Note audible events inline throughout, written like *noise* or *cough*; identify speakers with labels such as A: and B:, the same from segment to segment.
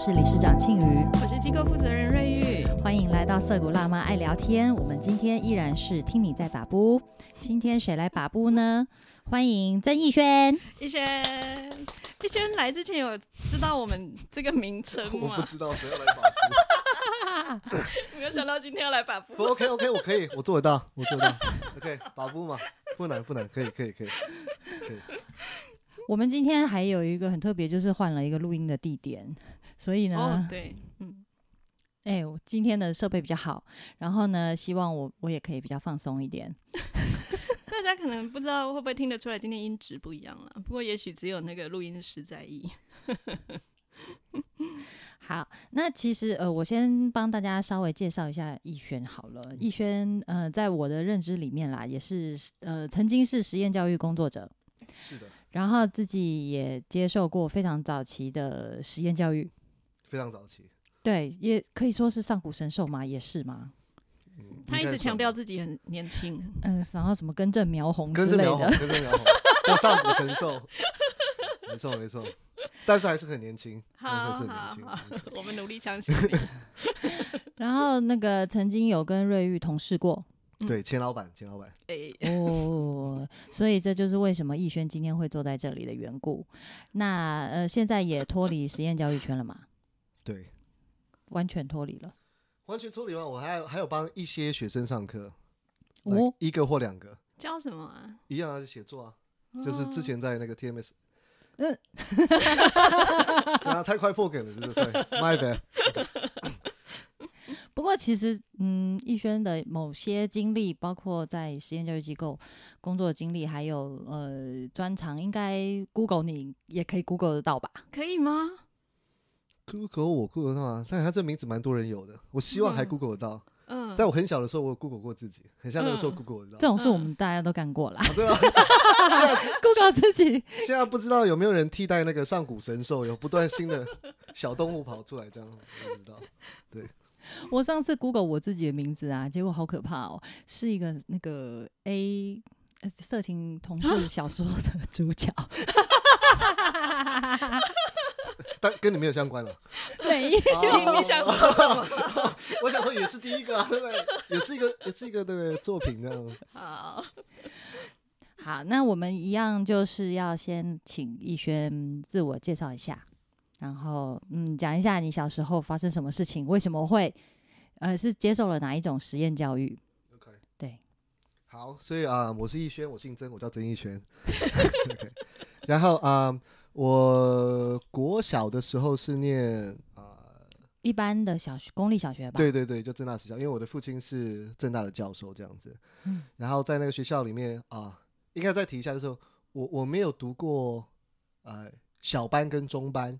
A: 是理事长庆瑜，
B: 我是机构负责人瑞玉。
A: 欢迎来到涩谷辣妈爱聊天。我们今天依然是听你在把布，今天谁来把布呢？欢迎曾逸轩。
B: 逸轩，逸轩来之前有知道我们这个名称
C: 我不
B: 吗？
C: 知道谁要来把布。
B: 没有想到今天要来把布。
C: 不 OK OK，我可以，我做得到，我做得到。OK，把布嘛，不难不难，可以可以可以。
A: 我们今天还有一个很特别，就是换了一个录音的地点，所以
B: 哦，
A: 呢，
B: 对，嗯，
A: 哎、我今天的设备比较好，然后呢，希望我我也可以比较放松一点。
B: 大家可能不知道会不会听得出来，今天音质不一样了。不过也许只有那个录音师在意。
A: 好，那其实呃，我先帮大家稍微介绍一下逸轩好了。逸轩呃，在我的认知里面啦，也是呃，曾经是实验教育工作者，
C: 是的，
A: 然后自己也接受过非常早期的实验教育，
C: 非常早期。
A: 对，也可以说是上古神兽嘛，也是嘛，
C: 嗯
B: 他一直强调
C: 应
B: 自己很年轻，
A: 嗯、然后什么根正苗红
C: 该
A: 之
C: 是
A: 类
C: 这样
A: 的，
C: 跟着苗红，跟着苗红，要上古神兽。没错没错，但是还是很年轻，还
B: 好
C: 是很
B: 好
C: 年轻。
B: 好，我们努力相信 *laughs* 你。
A: 然后那个曾经有跟瑞玉同事过
C: 对，钱老板，钱老板，
B: 哎、
A: 哦，所以这就是为什么逸轩今天会坐在这里的缘故。那呃，现在也脱离实验教育圈了嘛？
C: 对，
A: 完全脱离了。
C: 完全脱离完，我还有还有帮一些学生上课，
A: 哦
C: 哦，，一个或两个，
B: 叫什么啊？
C: 一样还是写作啊，就是之前在那个 TMS，
A: 哦嗯
C: 嗯， *laughs* 怎啊样太快破梗了，是不是？My bad，
A: 不过其实，嗯，逸轩的某些经历，包括在实验教育机构工作的经历，还有呃专长，应该 Google 你也可以 Google 得到吧？
B: 可以吗？
C: Google 我 Google 到啊，但他这名字蛮多人有的，我希望还
B: 嗯
C: Google 得到。
B: 嗯，
C: 在我很小的时候，我有 Google 过自己，很像那个时候 Google 得
A: 嗯这
C: 到。
A: 种事我们大家都干过啦。
C: 啊真的啊 *laughs* 现在知
A: *laughs* Google 自己，
C: 现在不知道有没有人替代那个上古神兽，有不断新的小动物跑出来，这样我不知道。
A: 我上次 Google 我自己的名字啊，结果好可怕哦，是一个那个 A 呃色情同志小说的主角， *laughs*
C: 但跟你没有相关了。啊
A: 没有，
B: 你你想说什么？
C: 我想说也是第一个、啊，对不对？也是一个也是一个对不对作品这样。
B: 好，
A: 好，那我们一样就是要先请逸轩自我介绍一下，然后嗯，讲一下你小时候发生什么事情，为什么会呃是接受了哪一种实验教育？
C: OK，
A: 对，
C: 好，所以啊、我是逸轩，我姓曾，我叫曾逸
A: *laughs*
C: 轩。OK，然后啊、我国小的时候是念啊。
A: 一般的小学公立小学吧。，
C: 对对对，就正大学校，因为我的父亲是正大的教授这样子。
A: 嗯
C: 然后在那个学校里面啊，应该再提一下，就是我我没有读过呃小班跟中班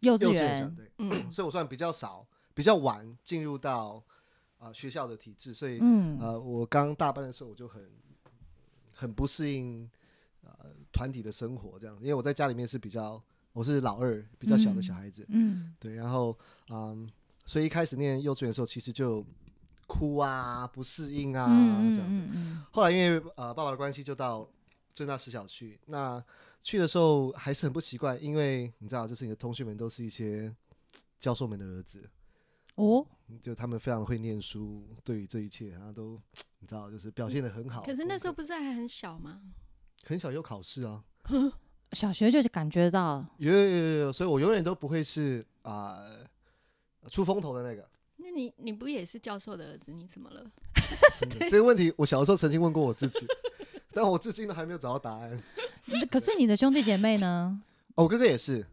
A: 幼
C: 幼
A: 稚
C: 稚园小
A: 园。
C: 对，
B: 嗯，
C: 所以我算比较少，比较晚进入到啊、学校的体制，所以、
A: 嗯，
C: 呃我刚大班的时候我就很很不适应呃团体的生活这样，因为我在家里面是比较我是老二，比较小的
A: 嗯
C: 小孩子，
A: 嗯，
C: 对，然后嗯，所以一开始念幼稚园的时候，其实就哭啊，不适应啊、这样子。
A: 嗯嗯
C: 后来因为呃爸爸的关系，就到正大实小去。那去的时候还是很不习惯，因为你知道，就是你的同学们都是一些教授们的儿子，
A: 哦，
C: 就他们非常会念书，对于这一切，然后都你知道，就是表现的很好。
B: 可是那时候不
C: 功
B: 是还很小吗？
C: 课很小有考试啊，
A: 小学就感觉到
C: 有有有有有，所以我永远都不会是啊、呃出风头的那个。
B: 那你你不也是教授的儿子？你怎么了？*laughs*
C: 真的这个问题，我小时候曾经问过我自己， *laughs* 但我至今都还没有找到答案。
A: 那可是你的兄弟姐妹呢？
C: 哦，我哥哥也是，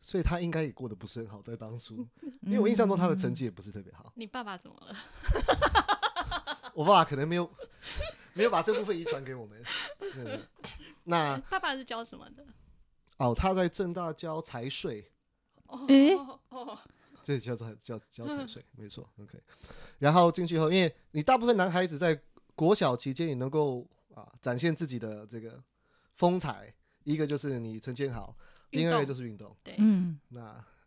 C: 所以他应该也过得不是很好，在当初，
B: 嗯
C: 因为我印象中他
A: 嗯
C: 的成绩也不是特别好。
B: 你爸爸怎么了？
C: 我爸爸可能没有 *laughs* 没有把这部分遗传给我们。对对那
B: *laughs* 爸爸是教什么的？
C: 哦，他在正大教财税，
B: 哦
A: 诶
B: 哦哦，
C: 这叫财叫教
B: 嗯
C: 财税，没错。OK，然后进去以后，因为你大部分男孩子在国小期间，你能够啊展现自己的这个风采，一个就是你成绩很好，
B: 运
C: 另外一个
B: 动
C: 就是运动。
B: 对，
A: 嗯，
C: 那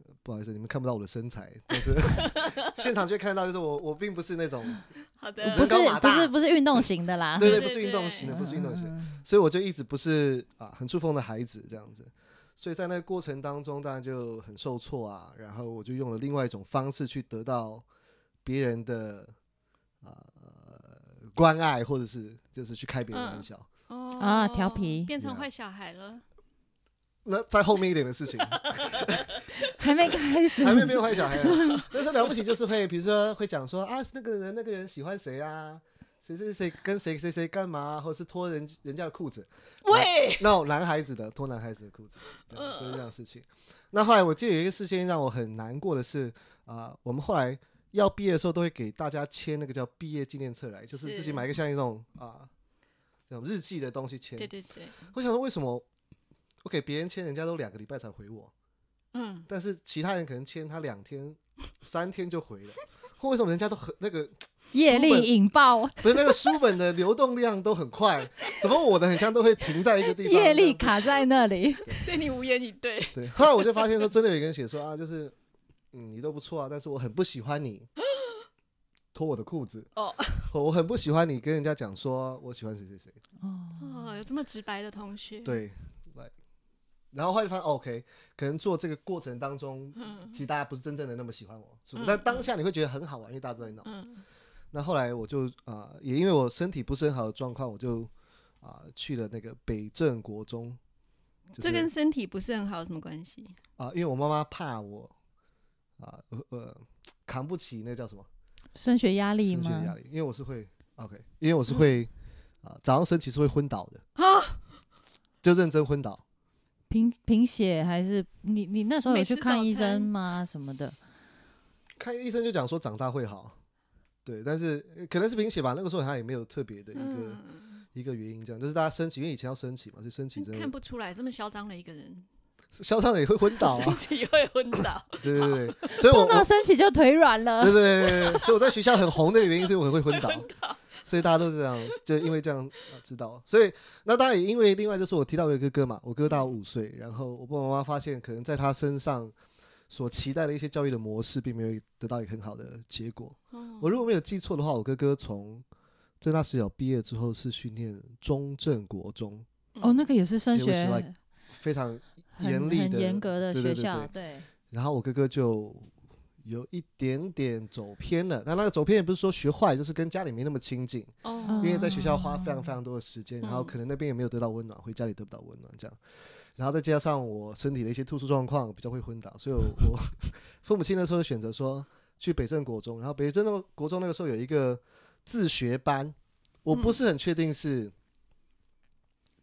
C: 呃不好意思，你们看不到我的身材，但是 *laughs* 现场就会看到，就是我我并不是那种，
B: 好的，
A: 不
C: 人
A: 是
C: 高马
A: 不
C: 大
A: 是不是运动型的啦。 *laughs*
C: 对
B: 啊对
C: 不是
B: 对
C: 运动型的，不是运动型的，
A: 嗯。嗯嗯
C: 所以我就一直不是啊很出风的孩子这样子。所以在那个过程当中，当然就很受挫啊。然后我就用了另外一种方式去得到别人的啊、呃、关爱，或者是就是去开别人玩
B: 嗯
C: 笑。
B: 哦
A: 啊调皮
B: 变成
C: Yeah
B: 坏小孩了，
C: 那在后面一点的
B: *laughs*
C: 事情， *laughs*
A: 还没开始，
C: 还没有没有坏小孩、啊。那时候了不起就是会，比如说会讲说啊，那个人那个人喜欢谁啊，谁谁谁跟谁谁谁干嘛啊、或者是脱人人家的裤子。
B: 喂，
C: 那种男孩子的脱男孩子的裤
A: *laughs*
C: 子，对就是这样的事
A: 嗯
C: 情。那后来我记得有一个事情让我很难过的是，啊、我们后来要毕业的时候都会给大家签那个叫毕业纪念册来，就是自己
B: 是
C: 买一个像那种啊、这种日记的东西签
B: 对。对对，
C: 我想说为什么我给别人签，人家都两个礼拜才回我， *laughs*
B: 嗯，
C: 但是其他人可能签他两天、三天就回了， *laughs* 或为什么人家都很那个
A: 业
C: 书本
A: 力引爆，
C: 不是那个书本的流动量都很快，怎么我的很像都会停在一个地方？
A: *laughs* 业
C: 这
A: 力
C: 样不
A: 卡在那里，
B: 对你无言以对，
C: 对，后来我就发现说，真的有一个人写说啊，就是嗯，你都不错啊，但是我很不喜
B: *laughs*
C: 欢你脱我的裤子
B: 哦，
C: *laughs* 我我很不喜欢你跟人家讲说我喜欢谁谁谁，
A: *laughs* 哦，
B: 哦，有这么直白的同学，，
C: 对，来，然后后来发现 OK，可能做这个过程当中，
B: 嗯
C: 其实大家不是真正的那么喜欢我，
B: 嗯
C: 但当下你会觉得很好玩，因为大家都在闹。
B: 嗯，
C: 那后来我就啊、也因为我身体不是很好的状况，我就啊、去了那个北正国中，就是、
B: 这跟身体不是很好有什么关系？
C: 啊，因为我妈妈怕我啊，呃呃，扛不起那叫什么
A: 升学压力
C: 升学压
A: 吗？
C: 力，因为我是会 OK，因为我是会啊，早上升旗是会昏倒的
B: 啊，
C: 就认真昏倒。
A: 贫贫血还是你你那时候有
B: 没
A: 去
B: 吃
A: 看
B: 早
A: 医生
B: 餐
A: 吗？什么的？
C: 看医生就讲说长大会好，对，但是呃可能是贫血吧，那个时候好像也没有特别的一个、
B: 嗯，
C: 一个原因，这样就是大家升旗，因为以前要升旗嘛，所以升旗真
B: 看
C: *laughs* 的
B: 不出来这么嚣张的一个人，
C: 嚣张的也会昏 *laughs* 倒
B: 身
C: 啊，
B: 体会昏倒，
C: 对对对，所以我
A: 碰到
C: 我
A: 升起就腿软
C: *laughs* 对
A: 了，
C: 对对对，所以我在学校很红的原因是因为我很会昏倒。
B: 倒，
C: 所以大家都是这样，就因为这样、啊、知道。所以那当然也因为另外就是我提到我有一个哥嘛，我哥大我五岁，然后我爸爸妈妈发现可能在他身上所期待的一些教育的模式，并没有得到一个很好的结果。
B: 哦
C: *coughs* 我如果没有记错的话，我哥哥从正大实小毕业之后是去念中正国中，
A: 哦，那个也是升
C: It was
A: 学
C: like 非常
A: 很
C: 严厉
A: 很
C: 的
A: 严格的
C: 对
A: 学
C: 对对
A: 校，
B: 嗯
C: 对
A: 对，
C: 然后我哥哥就有一点点走偏了。那那个走偏也不是说学坏，就是跟家里没那么亲近。
B: 哦，
C: 因为在学校花非常非常多的时间，
B: 嗯
C: 然后可能那边也没有得到温暖，回家里得不到温暖这样，然后再加上我身体的一些特殊状况，比较会昏倒，所以我 *laughs* 我父母亲那时候选择说去北正国中，然后北正那国中那个时候有一个自学班，我不是很确定是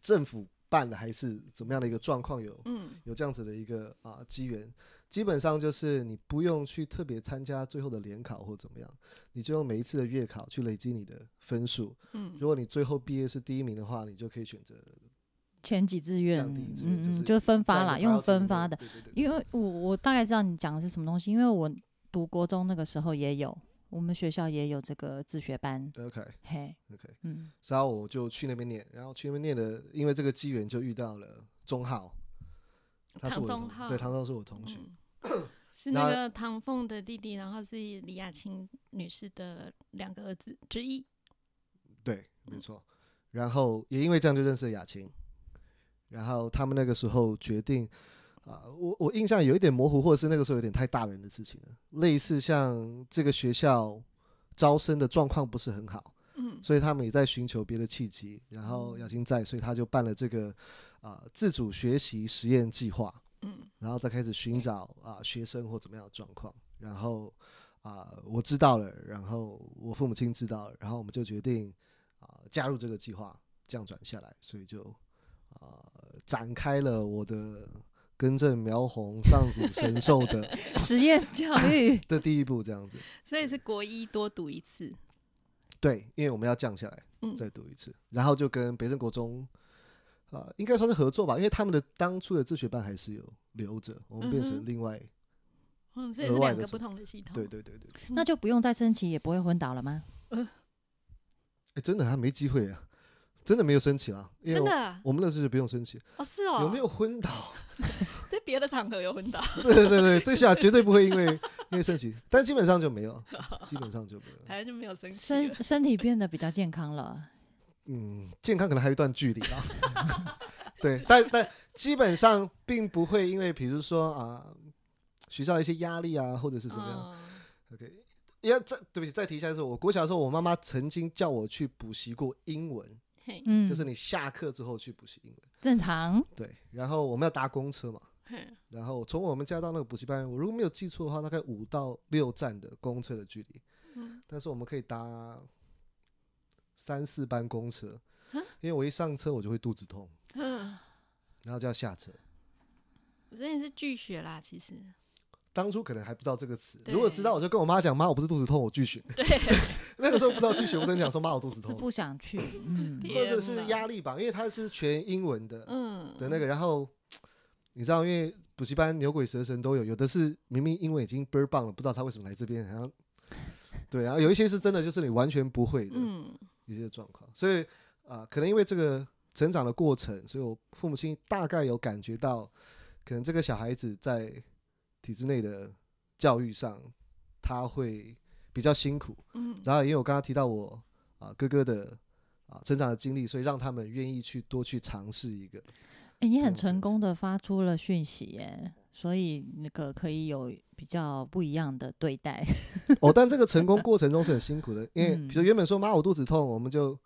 C: 政府办的还是怎么样的一个状况有。
B: 嗯，
C: 有这样子的一个啊机缘，基本上就是你不用去特别参加最后的联考或怎么样，你就用每一次的月考去累积你的分数，
B: 嗯，
C: 如果你最后毕业是第一名的话，你就可以选择
A: 前几志愿，
C: 第一志愿就
A: 嗯
C: 是
A: 嗯，就分发
C: 占
A: 啦，
C: 个
A: 用
C: priority
A: 分
C: 的
A: 发的，
C: 对对对对
A: 因为我我大概知道你讲的是什么东西，因为我读国中那个时候也有，我们学校也有这个自学班，
C: OK
A: 嘿，
C: OK，
A: *laughs* 嗯，
C: 然后我就去那边念，然后去那边念的，因为这个机缘就遇到了钟浩，他是
B: 唐
C: 我的
B: 宗
C: 同
B: 浩
C: 对唐宗是我同学，
B: 嗯
C: *coughs*
B: 是那个唐凤的弟弟，然后是李雅琴女士的两个儿子之一。
C: 对，
B: 嗯
C: 没错。然后也因为这样就认识了雅琴，然后他们那个时候决定。啊、我我印象有一点模糊，或者是那个时候有点太大人的事情了，类似像这个学校招生的状况不是很好，
B: 嗯，
C: 所以他们也在寻求别的契机。然后雅琴在，所以他就办了这个啊、自主学习实验计划，
B: 嗯，
C: 然后再开始寻找啊、学生或怎么样的状况。然后啊、我知道了，然后我父母亲知道了，然后我们就决定啊、加入这个计划，这样转下来，所以就啊、展开了我的跟着苗红上古神兽的
A: 实验教育
C: 的第一步，这样子。
B: 所以是国一多读一次。
C: 对，因为我们要降下来，
B: 嗯
C: 再读一次，然后就跟北正国中，呃，应该算是合作吧，因为他们的当初的自学班还是有留着，我们变
B: 嗯
C: 成
B: 哼哦
C: 另外，
B: 嗯，所以
C: 额
B: 是
C: 外
B: 两
C: 的
B: 个
C: 什
B: 不同的系统。
C: 对对对对，哎、
A: 那就不用再升旗，也不会昏倒了吗？
C: 哎真的他没机会啊，真的没有升旗啦，因为
B: 真
C: 我
B: 的啊
C: 我们那时候就不用升旗，
B: 哦，是哦，
C: 有没有昏倒？ *laughs*
B: 在别的场合有昏倒？
C: 对对对对，这下绝对不会因为因为升旗，但基本上就没有，基本上就没有，
B: 反正就没有生气
A: 身
B: 了。
A: 身体变得比较健康了，
C: 嗯，健康可能还有一段距离啦。 *laughs* 对，但但基本上并不会因为比如说啊，学校一些压力啊，或者是什么样。
B: 嗯
C: OK，因为再对不起，再提一下就是，我国小的时候，我妈妈曾经叫我去补习过英文，
B: 嘿，
A: 嗯，
C: 就是你下课之后去补习英文。
A: 正常，
C: 对，然后我们要搭公车嘛，
B: 嘿，
C: 然后从我们家到那个补习班，我如果没有记错的话，大概五到六站的公车的距离，
B: 嗯
C: 但是我们可以搭三四班公车
B: 啊，
C: 因为我一上车我就会肚子痛，
B: 嗯，
C: 然后就要下车。
B: 我之前是拒学啦，其实
C: 当初可能还不知道这个词，
B: 对
C: 如果知道我就跟我妈讲，妈，我不是肚子痛，我拒绝。
B: *laughs* 对，
C: *laughs* 那个时候不知道拒绝，我跟你讲说，妈，我肚子
A: 是
B: *laughs*
C: 痛，
A: 不想
C: *laughs*
A: 去，嗯，
B: 天
C: 或者是
B: 哪
C: 压力吧，因为它是全英文的，
B: 嗯
C: 呃的那个，然后你知道，因为补习班牛鬼蛇神都有，有的是明明英文已经倍儿棒了，不知道他为什么来这边，然后对，然后有一些是真的就是你完全不会的
B: 嗯
C: 一些状况，所以啊、可能因为这个成长的过程，所以我父母亲大概有感觉到，可能这个小孩子在体制内的教育上，他会比较辛苦，
B: 嗯，
C: 然后因为我刚刚提到我啊、哥哥的。啊，成长的经历，所以让他们愿意去多去尝试一个
A: 哎、你很
C: 嗯
A: 成
C: 对
A: 功的发出了讯息耶，所以那个可以有比较不一样的对待。 *laughs*
C: 哦，但这个成功过程中是很辛苦的，因为
A: 嗯
C: 比如原本说妈我肚子痛，我们就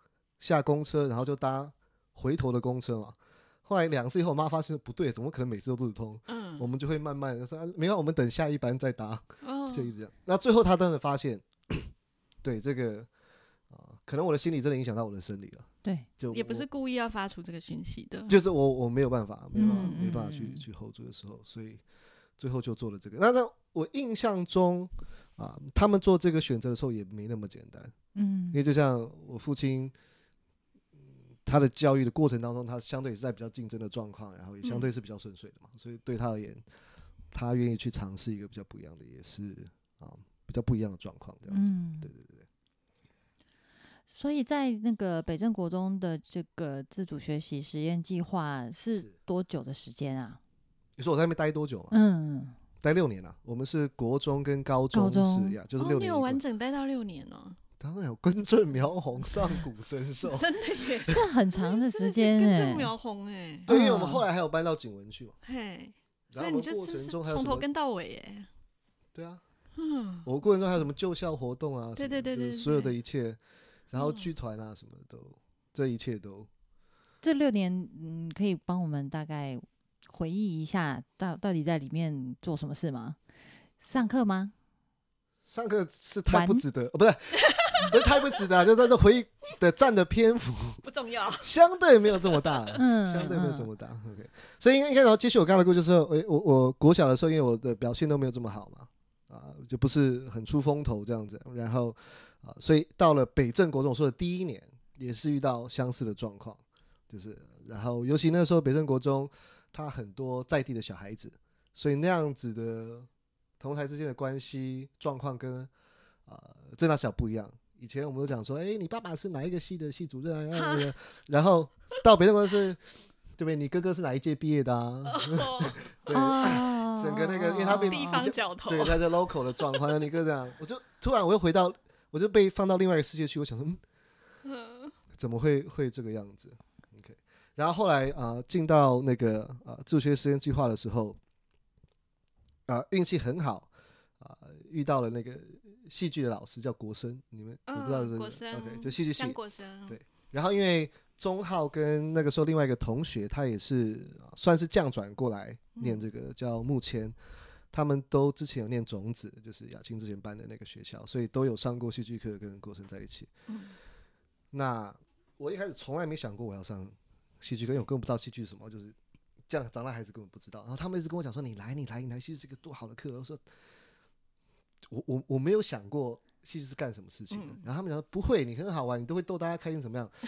C: 下公车，然后就搭回头的公车嘛。后来两次以后，我妈发现不对，怎么可能每次都肚子痛？
B: 嗯，
C: 我们就会慢慢的说，啊、没有，我们等下一班再搭，
B: 哦
C: 就一直这样。那最后她真的发现， *clears throat* 对这个啊、可能我的心理真的影响到我的生理了，
A: 对，
C: 就
B: 也不
C: 我
B: 是故意要发出这个讯息的，
C: 就是我我没有办法，没有办法，
A: 嗯
C: 没办法去
A: 嗯
C: 去 hold 住的时候，所以最后就做了这个。那在我印象中啊，他们做这个选择的时候也没那么简单，
A: 嗯
C: 因，为就像我父亲，嗯他的教育的过程当中，他相对也是在比较竞争的状况，然后也
B: 嗯
C: 相对是比较顺遂的嘛，所以对他而言，他愿意去尝试一个比较不一样的，也是啊比较不一样的状况这样子。
A: 嗯
C: 对对对对，
A: 所以在那个北正国中的这个自主学习实验计划是
C: 是
A: 多久的时间啊？
C: 你说我在那边待多久嘛？
A: 嗯，
C: 待六年了、我们是国中跟高中
A: 高中
C: 是呀，就是
B: 哦
C: 六
B: 你
C: 年一
B: 有
C: 贯。
B: 完整待到六年哦，。
C: 当然有根正苗红、上古神兽
B: *laughs* 真的耶，
A: 这很长
C: *laughs*
A: 的时间
B: 跟正
A: 哎、
B: 苗红哎，
C: 对，因为我们后来还有搬到景文去嘛，
B: 嘿，
C: 然
B: 所以
C: 后我
B: 你
C: 们
B: 就
C: 过
B: 是
C: 程
B: 是
C: 中还有
B: 从
C: 什
B: 头
C: 么？
B: 跟到尾耶，
C: 对啊，
A: *laughs*
B: 嗯，
C: 我过程中还有什么旧校活动啊？
B: 对
C: 什么
B: 对对
C: 就是
B: 对对
C: 所有的一切，然后
B: 嗯
C: 剧团啊什么的都，这一切都
A: 这六年，嗯，可以帮我们大概回忆一下，到到底在里面做什么事吗？上课吗？
C: 上课是太不
A: 玩
C: 值得，哦、不是 *laughs* 不是太不值得、啊，就在这回忆的占的篇幅
B: 不重
C: *laughs*
B: 要，
C: 相对没有这么大了。
A: 嗯，
C: 相对没有这
A: 嗯
C: 么大、o k 所以应该然后继续我刚才的故事，就是我我我国小的时候，因为我的表现都没有这么好嘛，啊、就不是很出风头这样子，然后啊、所以到了北正国中，我说的第一年也是遇到相似的状况，就是然后尤其那时候北正国中，他很多在地的小孩子，所以那样子的同台之间的关系状况跟啊、正大小不一样。以前我们都讲说，哎、你爸爸是哪一个系的系主任啊？然后然后到北正国中是，对不对？你哥哥是哪一届毕业的啊？
B: *laughs*
C: 对，
A: 哦
C: *laughs* 整个那个因为他被
B: 地
C: 比
B: 方
C: 较
B: 角头，
C: 对，他在 local 的状况，像你哥这样，我就突然我又回到，我就被放到另外一个世界去，我想说，嗯，怎么会会这个样子？OK，然后后来啊、呃进到那个啊、呃自学实验计划的时候，啊、运气很好啊、呃遇到了那个戏剧的老师叫国生，你们我不知道
B: 嗯，
C: 是、
B: 国生
C: OK 就戏剧系
B: 香，国生，
C: 对然后因为钟浩跟那个时候另外一个同学，他也是呃算是降转过来念这个、叫木谦，他们都之前有念种子，就是雅青之前办的那个学校，所以都有上过戏剧课跟国生在一起。
B: 嗯
C: 那我一开始从来没想过我要上戏剧课，因为我根本不知道戏剧是什么，就是这样长大孩子根本不知道。然后他们一直跟我讲说：“你来，你来，你来，戏剧是一个多好的课。”我说：“我我我没有想过戏剧是干什么事情的。
B: 嗯
C: 然后他们讲说：“不会，你很好啊玩，你都会逗大家开心，怎么样？” *laughs*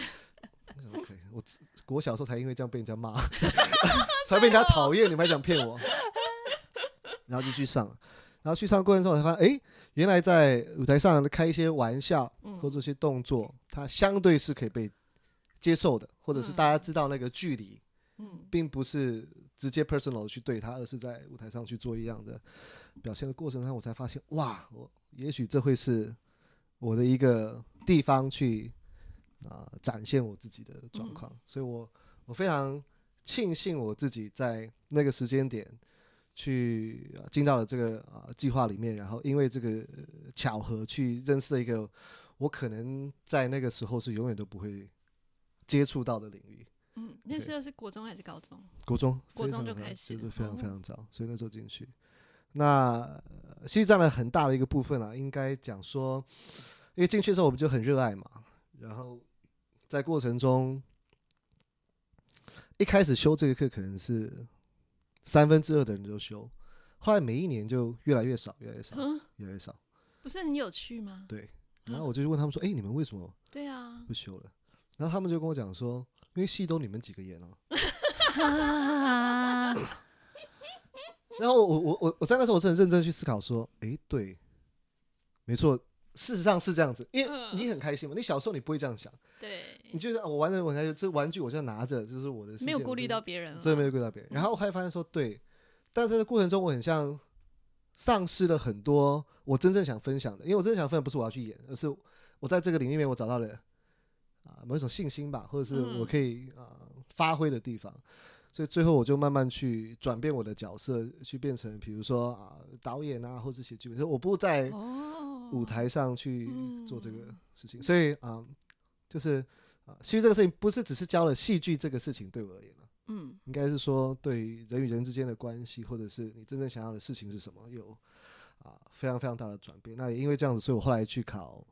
C: 我想 OK，我自我小时候才因为这样被人家骂， *laughs* 才被人家讨厌，你们还想骗我？然后就去上了，然后去上过程中我才发现，哎，原来在舞台上开一些玩笑，
B: 嗯
C: 或做些动作，它相对是可以被接受的，或者是大家知道那个距离，
B: 嗯
C: 并不是直接 personal 地去对它，而是在舞台上去做一样的表现的过程中，我才发现，哇，我也许这会是我的一个地方去啊、展现我自己的状况，所以我我非常庆幸我自己在那个时间点去呃进到了这个啊、呃计划里面，然后因为这个、呃巧合去认识了一个我可能在那个时候是永远都不会接触到的领域。
B: 嗯，那时候是国中还是高中？
C: 国中，
B: 国
C: 非
B: 中
C: 常
B: 就
C: 早
B: 开始
C: 就是
B: 了
C: 非常非
B: 哦
C: 常早，所以那时候进去，那呃戏剧占了很大的一个部分啊，应该讲说，因为进去的时候我们就很热爱嘛，然后在过程中，一开始修这个课可能是三分之二的人都修，后来每一年就越来越少，越来越少，
B: 嗯，
C: 越来越少。
B: *laughs* 不是很有趣吗？
C: 对然后我就去问他们说：“哎、你们为什么
B: 对啊，
C: 不修了？”然后他们就跟我讲说：“因为戏都你们几个演哦、
A: 啊，
C: 然后我我我我在那时候我是很认真地去思考说，诶，对，没错，事实上是这样子，因为
B: 嗯
C: 你很开心嘛，你小时候你不会这样想，你
B: 对，
C: 觉得啊我玩的我很开心，这玩具我就拿着，这是我的世界，
B: 没有
C: 我
B: 顾虑
C: 就
B: 到别人了，
C: 真的没有顾虑到别人。然后我还发现说，对，但在这过程中我很像丧失了很多我真正想分享的，因为我真正想分享不是我要去演，而是我在这个领域里面我找到了啊、某一种信心吧，或者是
B: 嗯
C: 我可以啊、发挥的地方。所以最后我就慢慢去转变我的角色，去变成比如说啊、导演啊，或者写剧本，所以我不再
B: 哦，
C: 舞台上去做这个
B: 嗯
C: 事情。所以啊、就是啊、戏剧这个事情不是只是教了戏剧这个事情对我而言啊
B: 嗯，
C: 应该是说对于人与人之间的关系，或者是你真正想要的事情是什么，有啊非常非常大的转变。那也因为这样子，所以我后来去考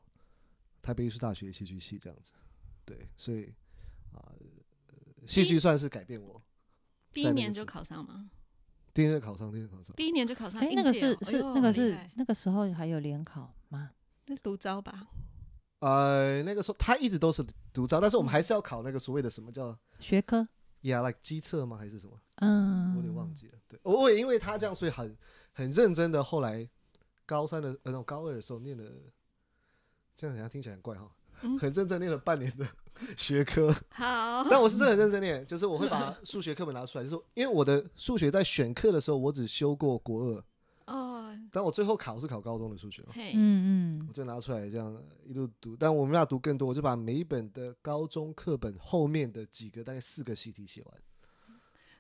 C: 台北艺术大学戏剧系，这样子，对，所以啊，呃戏剧算是改变我。
B: 第
C: 在
B: 一
C: 那个
B: 年
C: 时
B: 就
C: 候
B: 考上吗？
C: 第一天考上，第一天考上，
B: 第一年就考
A: *laughs*
B: 上
A: 哎、
B: 应届哦，
A: 那个是
B: 哎
A: 是
B: 呦
A: 那个
B: 很厉
A: 是
B: 害
A: 那个时候还有联考吗？
B: 那独招吧？
C: 呃，那个时候他一直都是独招，但是我们还是要考那个所谓的什么叫
A: 学科？
C: yeah like 机测吗？还是什么？
A: 嗯，
C: 我有点忘记了。对，我也因为他这样，所以很很认真的。后来高三的呃，那种高二的时候念了，这样好像听起来很怪哈，
B: 嗯
C: 很认真念了半年 *laughs* 的学科。
B: 好，
C: 但我是真的很认真念，就是我会把数学课本拿出来，就是因为我的数学在选课的时候，我只修过国二，
B: 哦，
C: 但我最后考是考高中的数学嘛。
B: 嘿，
A: 嗯
C: 我
A: 嗯，
C: 就拿出来这样一路读，但我没办法读更多，我就把每一本的高中课本后面的几个大概四个习题写完。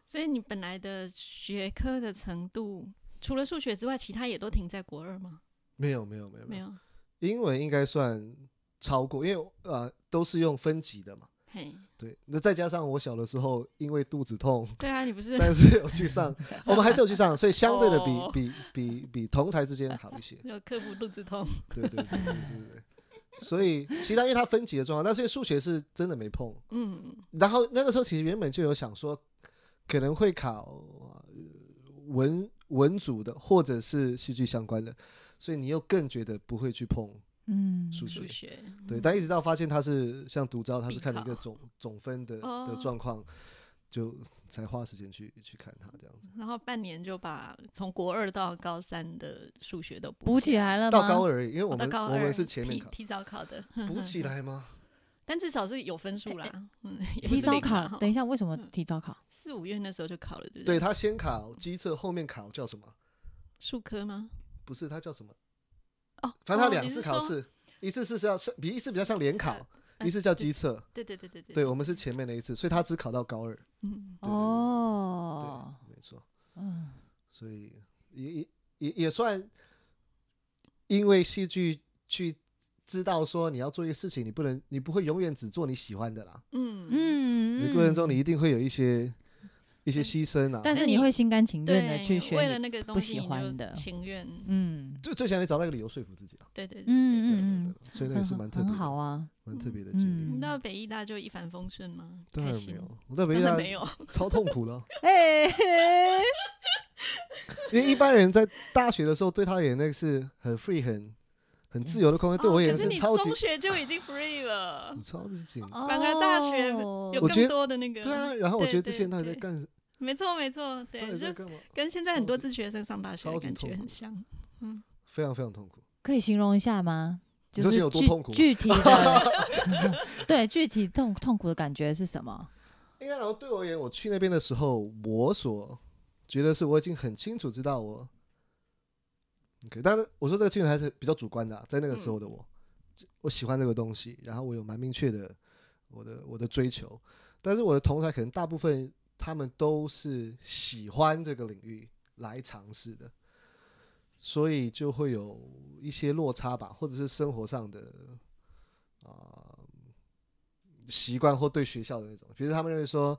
B: 所以你本来的学科的程度，除了数学之外，其他也都停在国二吗？
C: 没有，没有，没有，
B: 没。有，
C: 英文应该算超过，因为呃都是用分级的嘛。
B: 嘿，
C: 对，那再加上我小的时候因为肚子痛，
B: 对啊，你不是
C: 但是有去上，我们还是有去上，所以相对的比、
B: 哦
C: 比比比同才之间好一些。
B: 有克服肚子痛？
C: 对对对对对对对。所以其他因为它分级的状况，但是数学是真的没碰。
B: 嗯，
C: 然后那个时候其实原本就有想说，可能会考呃文文组的或者是戏剧相关的，所以你又更觉得不会去碰
A: 嗯，
C: 数学
B: 数。学，
C: 对，
B: 嗯
C: 但一直到发现他是像独招，他是
B: 必
C: 看了一
B: 考
C: 个总总分的的
B: 哦
C: 状况，就才花时间去去看他这样子。
B: 然后半年就把从国二到高三的数学都
A: 补
B: 起
A: 起
B: 来，
A: 来了吗？
C: 到高二而已，因为我
B: 哦到
C: 们
B: 高
C: 我们
B: 二
C: 是前面
B: 提
C: 考，
B: 提早考的，*laughs*
C: 补起来吗？
B: 但至少是有分数啦。 *laughs* 嗯，
A: 哎
B: 也不
A: 提
B: 是
A: 早
B: 零啊
A: 考，等一下，为什么提早考？
B: 四五月那时候就考了，对不
C: 对
B: 对，
C: 他先考机测，后面考叫什么？
B: 数科吗？
C: 不是，他叫什么？
B: 哦，
C: 反正他
B: 哦
C: 两
B: 你是
C: 次考
B: 说
C: 试，一次是是要是比一次比较像联考，
B: 呃
C: 一次叫
B: 对
C: 机测。
B: 对对对对对
C: 对，我们是前面的一次，所以他只考到高二。
B: 嗯，
C: 对对
A: 哦，
C: 对，没错。
A: 嗯，
C: 所以也也也也算，因为戏剧去知道说你要做一个事情，你不能，你不会永远只做你喜欢的啦。
B: 嗯嗯，
A: 嗯，
C: 你过程中你一定会有一些一些牺牲啊。
A: 但是
B: 那
A: 你
B: 你
A: 会心甘情愿的
B: 对，
A: 去
B: 为
A: 选
B: 了
A: 你，
B: 那个东
A: 不
B: 西
A: 喜
B: 你就
A: 欢的
B: 情愿，
A: 嗯
C: 最最想你找到一个理由说服自己啊。
B: 对对对对对。
A: 嗯嗯嗯，
C: 对所以那也是
A: 很
C: 蛮特
A: 很
C: 别
A: 好
C: 的，
A: 啊，
C: 蛮特别的经历。
A: 嗯
B: 你到北医大就一帆风顺吗？
C: 当
B: 开
C: 然没
B: 心，
C: 有，我在
B: 当
C: 北
B: 然
C: 大
B: 没有，
C: 超痛苦的啊，
A: 哎，
C: 因为一般人在大学的时候对他而言那个是很 free 很很自由的空间，对我而言
B: 哦可你
C: 超级，
B: 中学就已经 free 了
C: 超级紧。
A: 反
B: 而大学有
C: 嗯我觉
B: 更
C: 得
B: 多的那个，
C: 对啊，然后我
B: 对
C: 觉得这
B: 对
C: 些人到底在
B: 对
C: 干，
B: 没错没错，
C: 到
B: 对，
C: 底在
B: 就
C: 干嘛？
B: 跟现在很多
C: 超级
B: 自学生上大学
C: 超
B: 的
C: 级
B: 感
C: 痛
B: 觉
C: 苦
B: 很像，
C: 非常非常痛苦。
A: 可以形容一下吗？就
C: 你说
A: 是
C: 心有多
A: 具
C: 痛苦
A: 具体的，对，具体痛痛苦的感觉是什么？
C: 应该然后对我而言，我去那边的时候，我所觉得是我已经很清楚知道我。OK，但是我说这个清楚还是比较主观的啊、在那个时候的我，我喜欢这个东西，然后我有蛮明确的我的我的追求，但是我的同才可能大部分他们都是喜欢这个领域来尝试的，所以就会有一些落差吧，或者是生活上的啊、习惯或对学校的那种，觉得他们认为说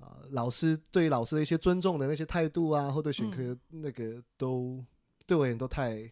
C: 啊、老师对老师的一些尊重的那些态度啊，或对选科的
B: 嗯
C: 那个都、对我而言都太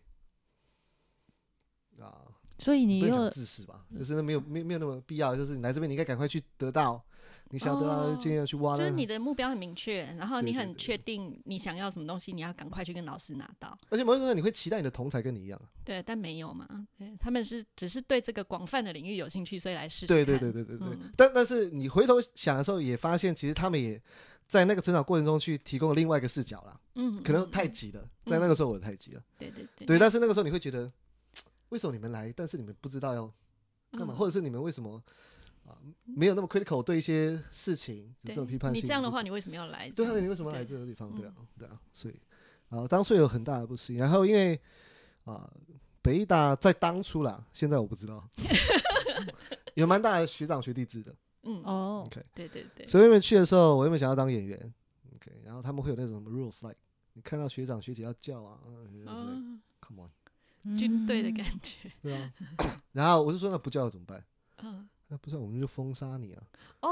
C: 啊、
A: 所以你
C: 不能
A: 又
C: 讲自私吧，就是没有没有没有那么必要，就是你来这边，你应该赶快去得到你想要得到
B: 哦
C: 的经验去挖。
B: 就是
C: 那
B: 你的目标很明确，然后你
C: 对对
B: 很
C: 对
B: 确定你想要什么东西，你要赶快去跟老师拿到。
C: 而且某种程度上你会期待你的同才跟你一样啊，
B: 对，但没有嘛，对他们是只是对这个广泛的领域有兴趣，所以来试试
C: 对对
B: 看
C: 对对对对。
B: 嗯
C: 但但是你回头想的时候，也发现其实他们也在那个成长过程中去提供了另外一个视角啦。
B: 嗯，
C: 可能
B: 嗯
C: 太
B: 嗯
C: 急了，在那个时候我太急了。
B: 对对对
C: 对，但是那个时候你会觉得，为什么你们来，但是你们不知道要干嘛，
B: 嗯
C: 或者是你们为什么啊没有那么 critical 对一些事情有
B: 对
C: 这种批判
B: 你
C: 性？
B: 这样的
C: 就
B: 话，你为什么要来？这
C: 对啊，
B: 样
C: 你
B: 子
C: 为什么要来
B: 对嗯
C: 这个地方？对啊，对啊，所以啊，当初有很大的不适应。然后因为啊，北医大在当初啦，现在我不知道， *laughs* 有蛮大的学长学弟制的。
B: 嗯哦，
A: 哦
C: OK，
B: 对对对，
C: 所以因为去的时候，我原本想要当演员，OK，然后他们会有那种什么 rules like，你看到学长学姐要叫啊，嗯就是 like,
B: 哦
C: come on，
B: 军队的
A: 嗯
B: 感觉，
C: 对啊。 *coughs* 然后我就说那不叫了怎么办？
B: 嗯，
C: 那不是我们就封杀你啊，
B: 哦，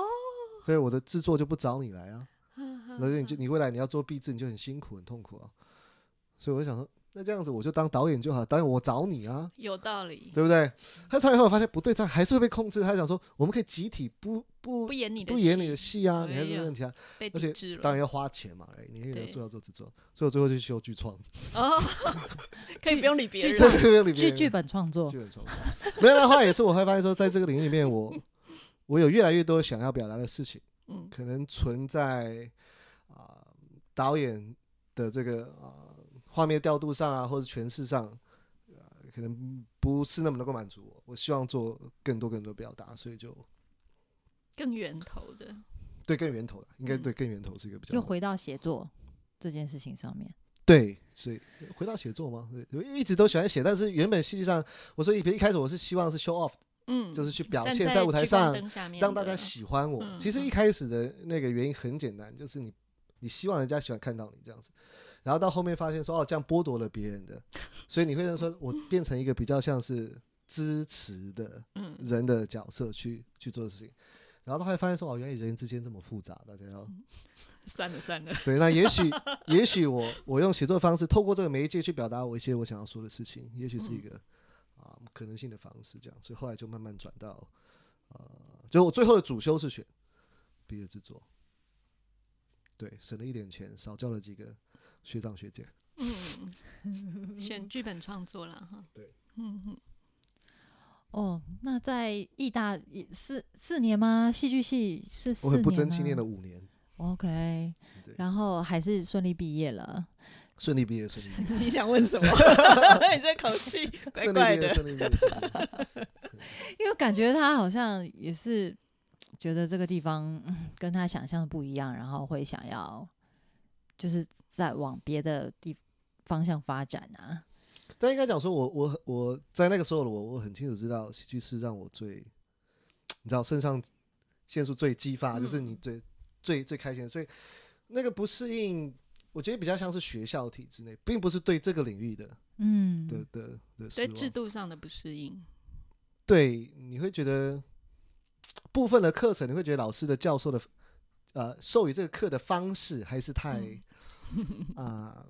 C: 所以我的制作就不找你来啊。
B: 然
C: 然后你就你未来你要做壁纸，你就很辛苦很痛苦啊。所以我就想说，那这样子我就当导演就好，导演我找你啊，
B: 有道理，
C: 对不对？他唱以后我发现不对，他还是会被控制。他想说，我们可以集体不不
B: 不演你的
C: 不演
B: 戏
C: 你的戏啊，
B: 哎
C: 你还是
B: 呀
C: 问题啊。
B: 被
C: 而且
B: 抵制
C: 当
B: 了
C: 然要花钱嘛，哎，你也
B: 对
C: 要做要做制作，所以我最后就去修剧创， *laughs*
B: 哦，可以不用理别
A: 剧
B: 人
A: 场
B: 了，
C: 对对对，
A: 剧剧本创作
C: 剧，本创作。没有，那后来也是我会发现说，在这个领域里面，我 *laughs* 我有越来越多想要表达的事情。
B: 嗯
C: 可能存在啊、导演的这个啊画、面调度上啊，或者诠释上，啊可能不是那么能够满足我。我希望做更多更多表达，所以就
B: 更源头的，
C: 对更源头了，应该
B: 嗯
C: 对更源头是一个比较
A: 又回到写作这件事情上面。
C: 对。所以回到写作嘛，对我一直都喜欢写，但是原本戏剧上，我说一一开始我是希望是 show off，
B: 嗯，
C: 就是去表
B: 站
C: 现
B: 在
C: 舞台
B: 聚光
C: 上，
B: 灯下面
C: 让大
B: 的
C: 家喜欢我。
B: 嗯
C: 其实一开始的那个原因很简单，就是你你希望人家喜欢看到你这样子，然后到后面发现说哦，这样剥夺了别
B: *laughs*
C: 人的，所以你会认为说我变成一个比较像是支持的
B: 嗯
C: 人的角色去去做事情。然后他会发现说，哦，原来人之间这么复杂，大家要
B: 算了
C: *laughs*
B: 算了，
C: 对。那也许，也许我我用写作方式，透过这个媒介去表达我一些我想要说的事情，也许是一个啊、可能性的方式，这样。所以后来就慢慢转到，呃，就我最后的主修是选毕业制作，对，省了一点钱，少交了几个学长学姐。
B: 嗯，选剧本创作了哈，
C: 对，
B: 嗯嗯，
A: 哦，那在艺大也四四年吗？戏剧系是四
C: 我
A: 年
C: 很不争气，
A: 吗
C: 念了五年，
A: OK，
C: 对
A: 然后还是顺利毕业了。
C: 顺利毕业，顺利毕业，
B: 你想问
C: *laughs*
B: 什么？你这口气 *laughs* 怪
C: 顺利
B: 怪
C: 毕业，
B: 的，
C: 顺利毕业顺利毕业。
A: 因为感觉他好像也是觉得这个地方、嗯跟他想象的不一样，然后会想要就是在往别的地方向发展啊。
C: 但应该讲说我，我我在那个时候的我，我很清楚知道戏剧是让我最，你知道肾上腺素最激发，就是你
B: 嗯
C: 最最最开心的。所以那个不适应，我觉得比较像是学校体制内，并不是对这个领域的
A: 嗯，
C: 的的的失
B: 对制
C: 望。
B: 度上的不适应，
C: 对，你会觉得部分的课程，你会觉得老师的教授的呃授予这个课的方式还是太
B: 嗯
C: 啊、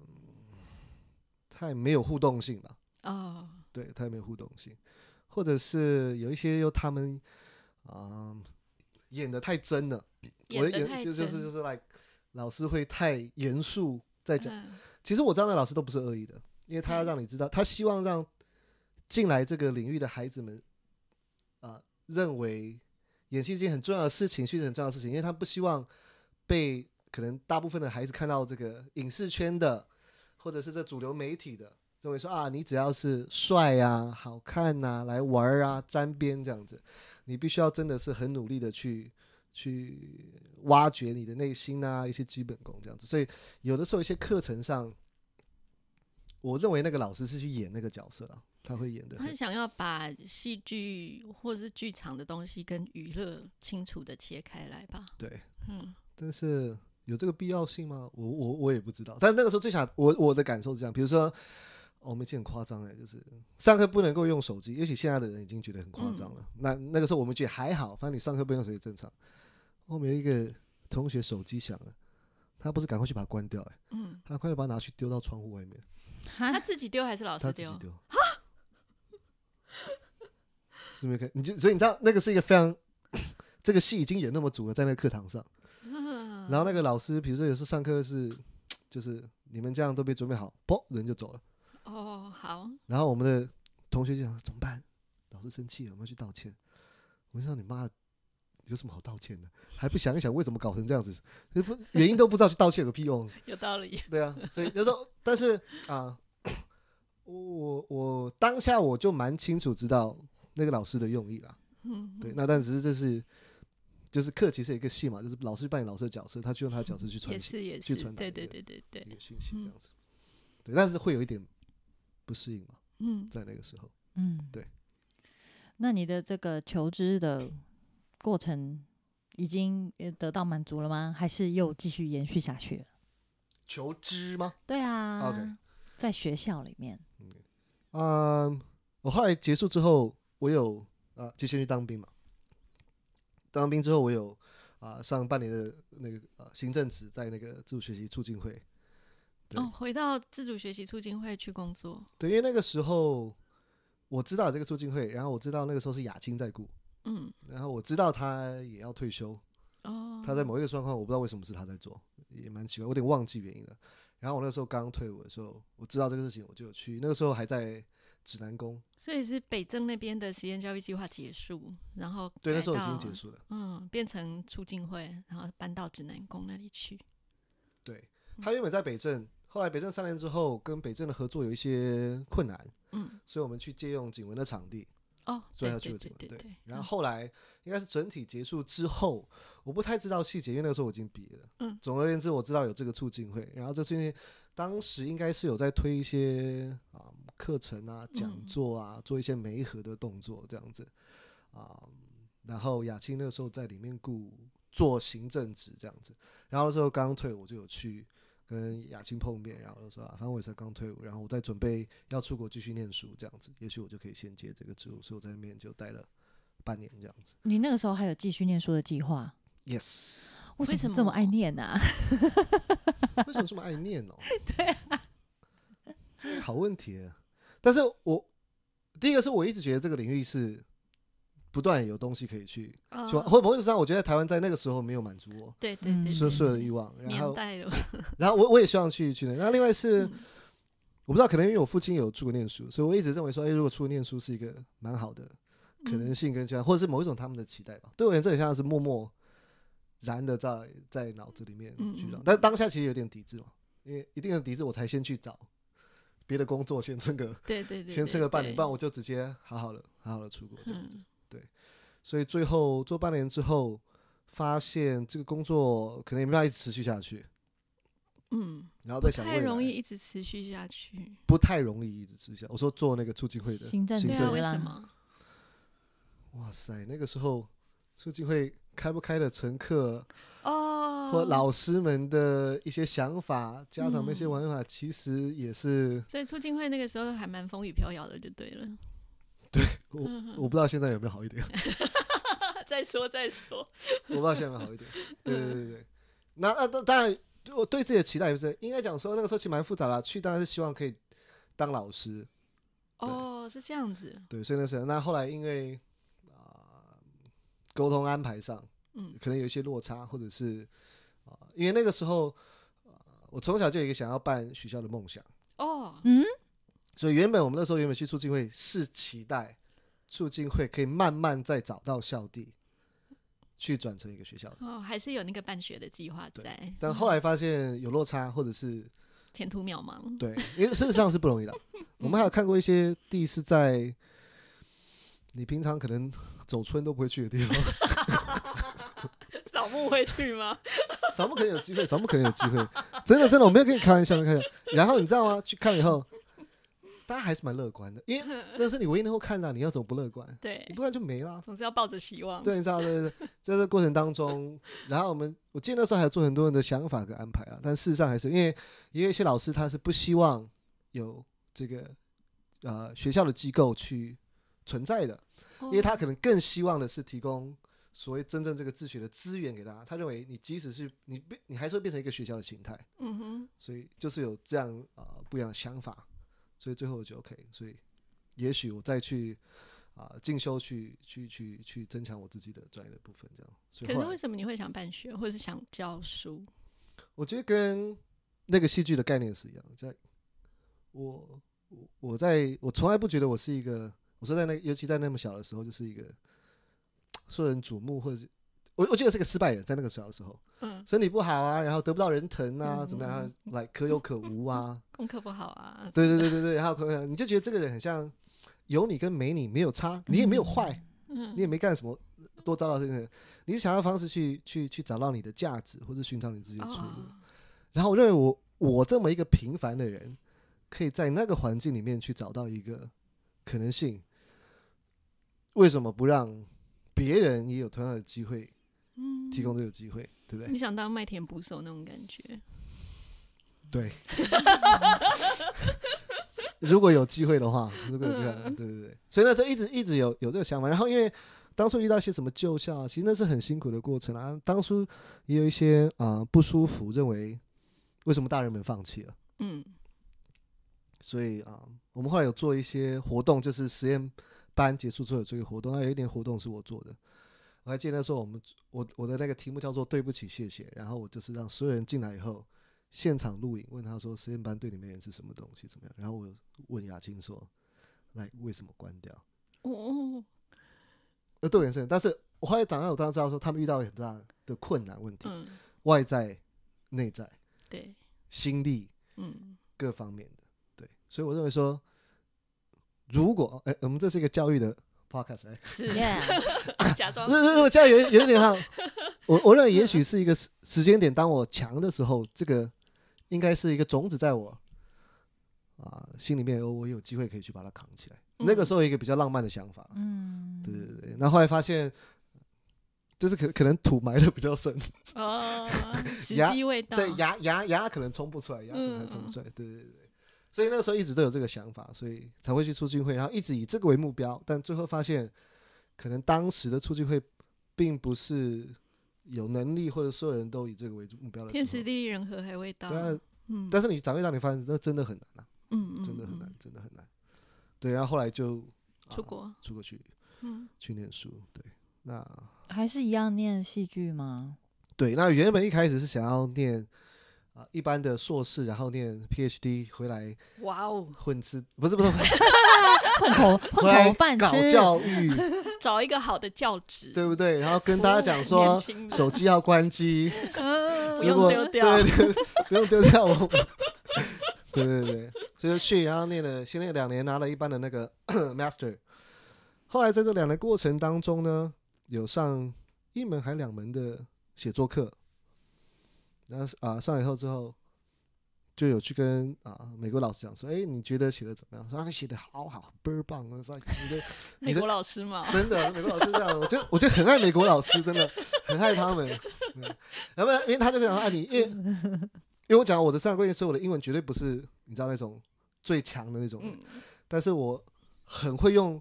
C: 太没有互动性吧。
B: 哦，
C: 对，太没有互动性，或者是有一些又他们啊、演的太真了，我的
B: 演得
C: 演
B: 太
C: 就就是
B: 真
C: 就是 like 老师会太严肃在讲，
B: 嗯
C: 其实我知道那老师都不是恶意的，因为他要让你知道，他希望让进来这个领域的孩子们啊、认为演戏是一件很重要的事情，是一件很重要的事情，因为他不希望被可能大部分的孩子看到这个影视圈的或者是这主流媒体的认为说啊，你只要是帅啊、好看呐、来玩儿啊、沾边这样子，你必须要真的是很努力的去去挖掘你的内心啊，一些基本功这样子。所以有的时候一些课程上，我认为那个老师是去演那个角色啊，他会演的
B: 他想要把戏剧或是剧场的东西跟娱乐清楚的切开来吧，
C: 对，
B: 嗯，
C: 但是有这个必要性吗？我我我也不知道。但那个时候最想我我的感受是这样，比如说，哦我们以前很夸张哎，就是上课不能够用手机，也许现在的人已经觉得很夸张了。那那个时候我们觉得还好，反正你上课不用手机正常。我们有一个同学手机响了，他不是赶快去把它关掉哎、
B: 嗯，
C: 他快快把它拿去丢到窗户外面，
B: 他
A: 哈，
B: 自己丢哦还是老
C: 他
B: 师
C: 自己
B: 丢？
C: 丢。是没看，你就所以你知道那个是一个非常 *coughs* 这个戏已经演那么足了，在那个课堂
B: *laughs*
C: 上。
B: 嗯
C: 然后那个老师，比如说有时候上课是，就是你们这样都没准备好，啵人就走了。
B: 哦，好，
C: 然后我们的同学就想怎么办？老师生气了，我们要去道歉。我就想你妈有什么好道歉的？还不想一想为什么搞成这样子？不原因都不知道去道歉有个屁用？
B: 有道理。
C: 对啊，所以那时候，但是啊、 *coughs* 我我当下我就蛮清楚知道那个老师的用意啦。
B: 嗯，
C: 对，那但只是这是就是课其实有一个戏嘛，就是老师扮演老师的角色，他去用他的角色
B: 嗯
C: 去
B: 也
C: 传情。
B: 是也
C: 去
B: 是，
C: 传达
B: 对
C: 一个
B: 对对对对
C: 一，个讯息这
B: 嗯
C: 样子。对，但是会有一点不适应嘛，
B: 嗯，
C: 在那个时候，
A: 嗯，
C: *laughs* 对。
A: 那你的这个求知的过程已经呃得到满足了吗？还是又继续延续下去了？
C: 求知吗？
A: 对啊在学校里面，
C: 嗯，我后来结束之后，我有啊，就先去当兵嘛。当兵之后，我有啊上半年的那个啊行政职，在那个自主学习促进会。对
B: 哦，回到自主学习促进会去工作，
C: 对，因为那个时候我知道有这个促进会，然后我知道那个时候是雅青在顾，
B: 嗯，
C: 然后我知道他也要退休，
B: 哦，
C: 他在某一个状况，我不知道为什么是他在做，也蛮奇怪，我有点忘记原因了。然后我那时候刚退伍的时候，我知道这个事情，我就有去。那个时候还在指南宫，
B: 所以是北正那边的实验教育计划结束，然后
C: 对，那
B: 改
C: 时候已经
B: 到
C: 结，束了。
B: 嗯，变成促进会，然后搬到指南宫那里去，
C: 对
B: 嗯
C: 他原本在北镇，后来北镇三年之后，跟北镇的合作有一些困难，
B: 嗯，
C: 所以我们去借用景文的场地，
B: 哦，
C: 所以
B: 对
C: 要去
B: 对
C: 了
B: 对
C: 景
B: 对
C: 文。对
B: 对，，嗯
C: 然后后来应该是整体结束之后，我不太知道细节，因为那个时候我已经毕业了。
B: 嗯
C: 总而言之，我知道有这个促进会，然后这促进会当时应该是有在推一些啊课程啊、讲
B: 嗯
C: 座啊，做一些媒合的动作这样子啊。然后雅青那个时候在里面雇做行政职这样子，然后那时候刚退，我就有去跟雅青碰面，然后就说啊，反正我也才刚退伍，然后我在准备要出国继续念书这样子，也许我就可以先接这个职务，所以我在那边就待了半年这样子。
A: 你那个时候还有继续念书的计划？
C: Yes，
A: 为
B: 为
A: 什
B: 什
A: 么
B: 么
A: 这么爱念呢、啊？
C: 为什么这么爱念
B: *laughs*
C: 哦？
B: 啊
C: 这是个好问题耶。但是我第一个是我一直觉得这个领域是不断有东西可以去，
B: 哦
C: 是吧？或某种意义上，我觉得台湾在那个时候没有满足我
B: 对对
A: 嗯
B: 对，
C: 所
B: 对
C: 所有的欲望，然
B: 年
C: 后
B: 代了，
C: 然后我我也希望去去那。然后另外是、
B: 嗯
C: 我不知道，可能因为我父亲有出国念书，所以我一直认为说，哎，如果出国念书是一个蛮好的
B: 嗯
C: 可能性跟这样，或者是某一种他们的期待吧。对我而言，这很像是默默然的在在脑子里面
B: 嗯
C: 去绕
B: 嗯，
C: 但当下其实有点抵制嘛，因为一定的抵制，我才先去找别的工作，先撑个
B: 对对对，
C: 先
B: 吃
C: 撑个半年，不然我就直接好好的好好的出国这样子。
B: 嗯
C: 所以最后做半年之后，发现这个工作可能也没办法一直持续下去，
B: 嗯，
C: 然后再想
B: 太
C: 未
B: 容易
C: 来
B: 一直持续下去，
C: 不太容易一直持续下。我说做那个促进会的
A: 行政
C: 行
B: 对
A: 职
B: 啊，
A: 责
B: 为
C: 政，
A: 啦
B: 什么？
C: 哇塞，那个时候促进会开不开的乘客
B: 哦，
C: 或老师们的一些想法、家长们一些
B: 嗯
C: 玩法，其实也是
B: 所以促进会那个时候还蛮风雨飘摇的，就对了。
C: 我我不知道现在有没有好一点，
B: *laughs* 再说再说，
C: 我不知道现在有没有好一点。对对对对，那那当当然，我对自己的期待也不是应该讲说那个时候其实蛮复杂的啊，去当然是希望可以当老师，
B: *laughs* 哦，是这样子，
C: 对，所以那时候那后来因为啊、沟通安排上
B: 嗯
C: 可能有一些落差，或者是啊、因为那个时候。啊我从小就有一个想要办学校的梦想，
B: 哦，
A: 嗯，
C: 所以原本我们那时候原本去促进会是期待促进会可以慢慢再找到校地，去转成一个学校的。
B: 哦，还是有那个办学的计划在，
C: 但后来发现有落差，或者是
B: 前途渺茫。
C: 对， *laughs* 因为事实上是不容易的。我们还有看过一些地是在你平常可能走村都不会去的地方， *laughs*
B: 扫墓会去吗？
C: 扫墓可能有机会，扫墓可能有机会，真的真的，我没有跟你开玩笑，开玩笑。然后你知道吗？去看以后，大家还是蛮乐观的，因为那是你唯一能够看到，你要怎么不乐观？
B: 对
C: *laughs* 你，不然就没了。
B: 总是要抱着希望。
C: 对，你知道，对对对，在这过程当中，然后我们我记得那时候还有做很多人的想法跟安排啊，但事实上还是因为也有一些老师他是不希望有这个呃学校的机构去存在的，
B: 哦，
C: 因为他可能更希望的是提供所谓真正这个自学的资源给大家。他认为你即使是你变，你还是会变成一个学校的形态，
B: 嗯哼，
C: 所以就是有这样啊、呃不一样的想法，所以最后我就 OK，所以也许我再去啊、进修去去去去增强我自己的专业的部分，这样。所
B: 可
C: 以
B: 是
C: 后
B: 为
C: 来
B: 什么你会想办学，或者是想教书？
C: 我觉得跟那个戏剧的概念是一样的，在我我我在我从来不觉得我是一个，我说在那尤其在那么小的时候，就是一个受人瞩目或者是。我我觉得是个失败人，在那个小的时候，
B: 嗯，
C: 身体不好啊，然后得不到人疼啊，怎么样，
B: 嗯
C: 来可有可无啊，
B: 功课不好啊，
C: 对对对对对，还有可能你就觉得这个人很像有你跟没你没有差，你也没有坏，你
B: 嗯
C: 也没干什么多糟糕的事情，你是想要方式去去去找到你的价值，或者寻找你自己的出路。
B: 哦
C: 然后我认为我我这么一个平凡的人，可以在那个环境里面去找到一个可能性，为什么不让别人也有同样的机会
B: 嗯
C: 提供这个机会，对不对
B: 你？想当麦田捕手那种感觉，
C: 对， *laughs* 如果有机会的话，如果有机会，对对对，所以那时候一直一直有有这个想法。然后因为当初遇到一些什么旧校啊，其实那是很辛苦的过程啊。当初也有一些啊、呃不舒服，认为为什么大人们放弃了？
B: 嗯，
C: 所以啊、我们后来有做一些活动，就是实验班结束之后有做一个活动，那有一点活动是我做的。我还记得那时候我们我我的那个题目叫做“对不起，谢谢”，然后我就是让所有人进来以后现场录影，问他说实验班对你们而言是什么东西，怎么样？然后我问雅青说，来为什么关掉？
B: 哦，
C: 呃，对，原生，但是我后来长大，我当然知道说他们遇到了很大的困难问题，
B: 嗯，
C: 外在、内在、
B: 对，
C: 心力、
B: 嗯，
C: 各方面的。对，所以我认为说，如果哎、我们这是一个教育的 podcast，哎、 *laughs*
B: 是
A: Yeah，
B: *laughs* 假装
C: 如如如果教育有有一点哈，我我认为也许是一个时时间点，当我强的时候，这个应该是一个种子在我啊、心里面，我有机会可以去把它扛起来。那个时候一个比较浪漫的想法，
A: *laughs* 嗯，
C: 对对对。那后来发现。就是可可能土埋的比较深，
B: 哦，时
C: 牙
B: 机未到，
C: 对牙牙牙可能冲不出来，牙可能还冲不
B: 嗯
C: 出来，对对对。所以那时候一直都有这个想法，所以才会去促进会，然后一直以这个为目标，但最后发现，可能当时的促进会并不是有能力或者所有人都以这个为目标的
B: 天
C: 时
B: 时
C: 候。
B: 地利人和还未到，
C: 对啊，
B: 嗯，
C: 但是你长辈让你发现，那真的很难啊，
B: 嗯，嗯
C: 真的很，难
B: 嗯，
C: 真的很难。对，然后后来就、啊
B: 出国，
C: 出国去
B: 嗯，
C: 去念书。对，那
A: 还是一样念戏剧吗？
C: 对，那原本一开始是想要念啊、一般的硕士，然后念 PhD 回来
B: 哇哦，
C: 混吃，不是不是，
A: 混口
C: 回
A: 混
C: 来
A: 口饭吃，
C: *laughs* 搞教育，
B: 找一个好的教职，
C: 对不对？然后跟大家讲说，手机要关机，
A: 嗯
B: 不
C: 如
B: 用
C: 果
B: 丢
C: 对
B: 掉
C: 对，对， *laughs* 不用丢掉我。对对对，所以就去，然后念了，先念两年，拿了一般的那个 *coughs* master。后来在这两年过程当中呢，有上一门还两门的写作课，然后啊、上了以后之后，就有去跟啊、美国老师讲说，哎，你觉得写的怎么样？说啊，写的好好，倍儿棒啊！说你的
B: 美国老师嘛，
C: 真的，美国老师这样，我就我就很爱美国老师，真的很爱他们。嗯然后因为他就想爱你，因为因为我讲我的上过，所以我的英文绝对不是你知道那种最强的那种人，
B: 嗯
C: 但是我很会用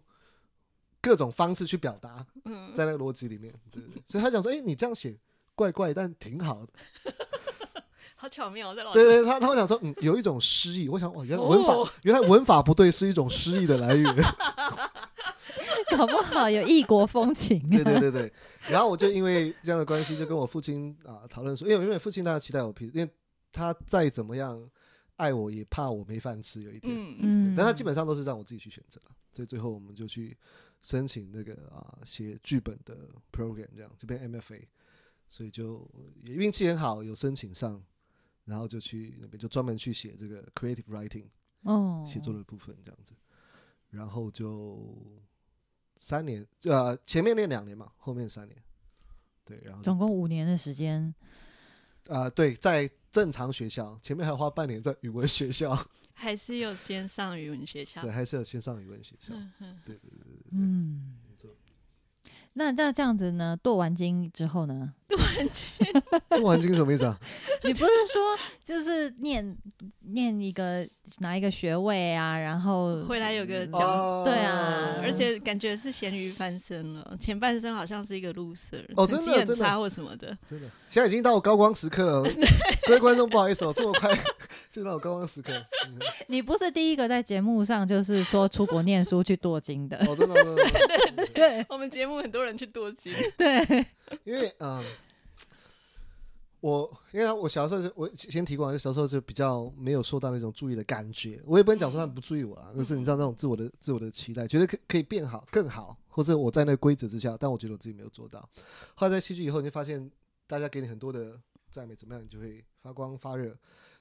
C: 各种方式去表达，
B: 嗯，
C: 在那个逻辑里面，对对对所以他讲说，哎、你这样写怪怪，但挺好的。
B: 好巧妙，在老
C: 对
B: 师
C: 对，他他会讲说，嗯，有一种诗意。我想，哇，原来文法、
B: 哦
C: 原来文法不对是一种诗意的来源。
A: 搞不好有异国风情 *laughs*
C: 对对对对。然后我就因为这样的关系，就跟我父亲啊讨论说，因为我因为父亲他期待我批，因为他再怎么样爱我，也怕我没饭吃有一天。
B: 嗯
A: 嗯，
C: 但他基本上都是让我自己去选择了，所以最后我们就去申请那个啊写剧本的 program，这样这边 MFA，所以就也运气很好，有申请上，然后就去那边就专门去写这个 creative writing
A: 哦，
C: 写作的部分这样子，然后就三年，呃，前面练两年嘛，后面三年，对，然后就
A: 总共五年的时间，
C: 呃，对，在正常学校前面还花半年在语文学校，
B: 还是有先上语文学校
C: 对，。还是有先上语文学校。
A: 嗯，那那这样子呢？剁完经之后
B: *laughs*
A: 呢？
C: 不完经什么意
A: *laughs*
C: 思啊？
A: 你不是说就是念念一个拿一个学位啊，然后
B: 回来有个讲，
C: 哦，
A: 对啊
B: 而且感觉是咸鱼翻身了，前半生好像是一个 loser，
C: 哦
B: 成绩
C: 真的
B: 很
C: 真的
B: 差或什么的。
C: 真的，现在已经到高光时刻了，各位观众不好意思哦，这么快 *laughs* 就到我高光时刻。嗯
A: 你不是第一个在节目上就是说出国念书去剁经的，
C: 哦，真的真的，真的
A: 对
B: *laughs* 我们节目很多人去多金，
A: 对，
C: 因为嗯，我因为我小时候是我先提过啊，就小时候就比较没有受到那种注意的感觉，我也不能讲说他们不注意我啊，就是你知道那种自我的自我的期待，觉得可可以变好更好，或者我在那个规则之下，但我觉得我自己没有做到。后来在戏剧以后，你就发现大家给你很多的赞美，怎么样，你就会发光发热，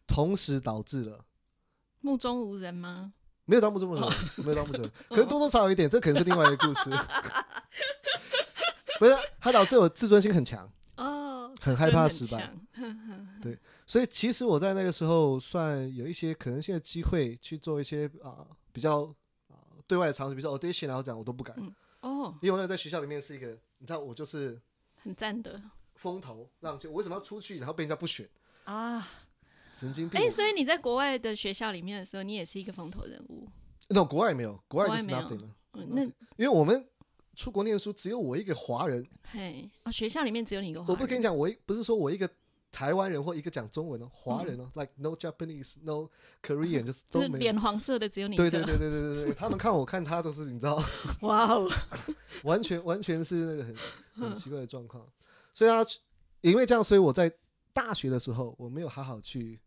C: 同时导致了。
B: *laughs* 目中无人吗？
C: 没有当不中人，没有当不中人，可是多多少少有一点，这可能是另外一个故事。 *laughs* 不是，它导致我自尊心很强，
B: 哦，
C: 很害怕
B: 自
C: 失
B: 尊
C: 败，
B: 很强。
C: 所以其实我在那个时候算有一些可能性的机会去做一些啊、比较啊、对外的尝试，比如说 audition 啊然后讲我都不敢，
B: 嗯哦，
C: 因为我那个在学校里面是一个，你知道我就是
B: 很赞的。
C: 风头浪尖，我为什么要出去，然后被人家不选，
A: 啊，
C: 神经病！
B: 哎，所以你在国外的学校里面的时候，你也是一个风头人物。
C: 那国外没有，国外
B: 国外
C: 就是
B: 没有
C: nothing 了，
B: 嗯，那
C: 因为我们出国念书只有我一个华人，
B: 嘿，哦，学校里面只有你一个华人。
C: 我不跟你讲，我一不是说我一个台湾人或一个讲中文的华人哦、l i k e no Japanese, no Korean，就是
B: 嗯就
C: 都
B: 是
C: 没有。
B: 脸黄色的只有你一
C: 对
B: 个。
C: 对对对对对对，他们看我看他都是你知道，
B: 哇
C: *laughs*
B: 哦，
C: 完全 *laughs* 完全是那个
B: *laughs*
C: 很很奇怪的状况。所以啊，因为这样，所以我在大学的时候我没有好好去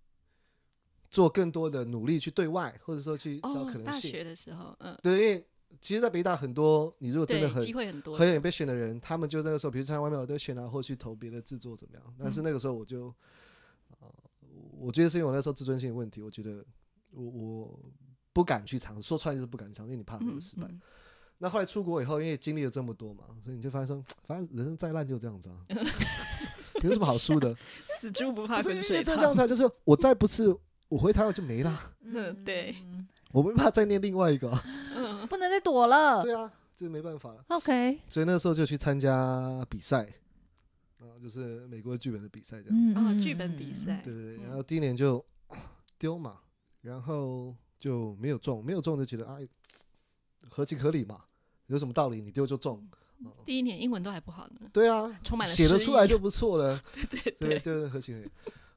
C: 做更多的努力去对外，或者说去找
B: 哦，
C: 可能
B: 大
C: 性。
B: 学的时候，嗯，
C: 对，因为其实，在北大很多你如果真
B: 对
C: 的，很
B: 机会很多的。
C: 很有被选的人，他们就那个时候，比如参加外面有的选啊，或去投别的制作怎么样？
B: 嗯
C: 但是那个时候我就，呃我觉得是因为我那时候自尊心有问题，我觉得我我不敢去尝试，说穿就是不敢尝试，因为你怕那
B: 嗯
C: 个失败。
B: 嗯，
C: 那后来出国以后，因为经历了这么多嘛，所以你就发现说，反正人生再烂就
B: *laughs*
C: 这样子啊，有什么好输的？
B: 死猪不 *laughs*
C: 不
B: 怕
C: 是
B: 滚
C: 因为
B: 水
C: 就
B: 烫
C: 这。样子啊，就是我再不是我回台湾就没
B: *laughs*
C: 啦，
B: 嗯，对，
C: 我没办法再念另外一
B: *laughs*
C: 个、啊，
B: 嗯，
A: 不能再躲了。
C: 对啊，这没办法了。
A: OK，
C: 所以那时候就去参加比赛，啊，就是美国剧本的比赛这样子。
A: 嗯，
B: 哦，剧本比赛，
C: 对对对，
B: 嗯
C: 然后第一年就丢嘛，然后就没有中，没有中就觉得啊，合情合理嘛，有什么道理？你丢就中，哦
B: 第一年英文都还不好呢，
C: 对啊，
B: 嗯充满了
C: 写得
B: 诗
C: 出
B: 意
C: 来就不错了，
B: *laughs* 对
C: 对
B: 对，
C: 对对，合情合理。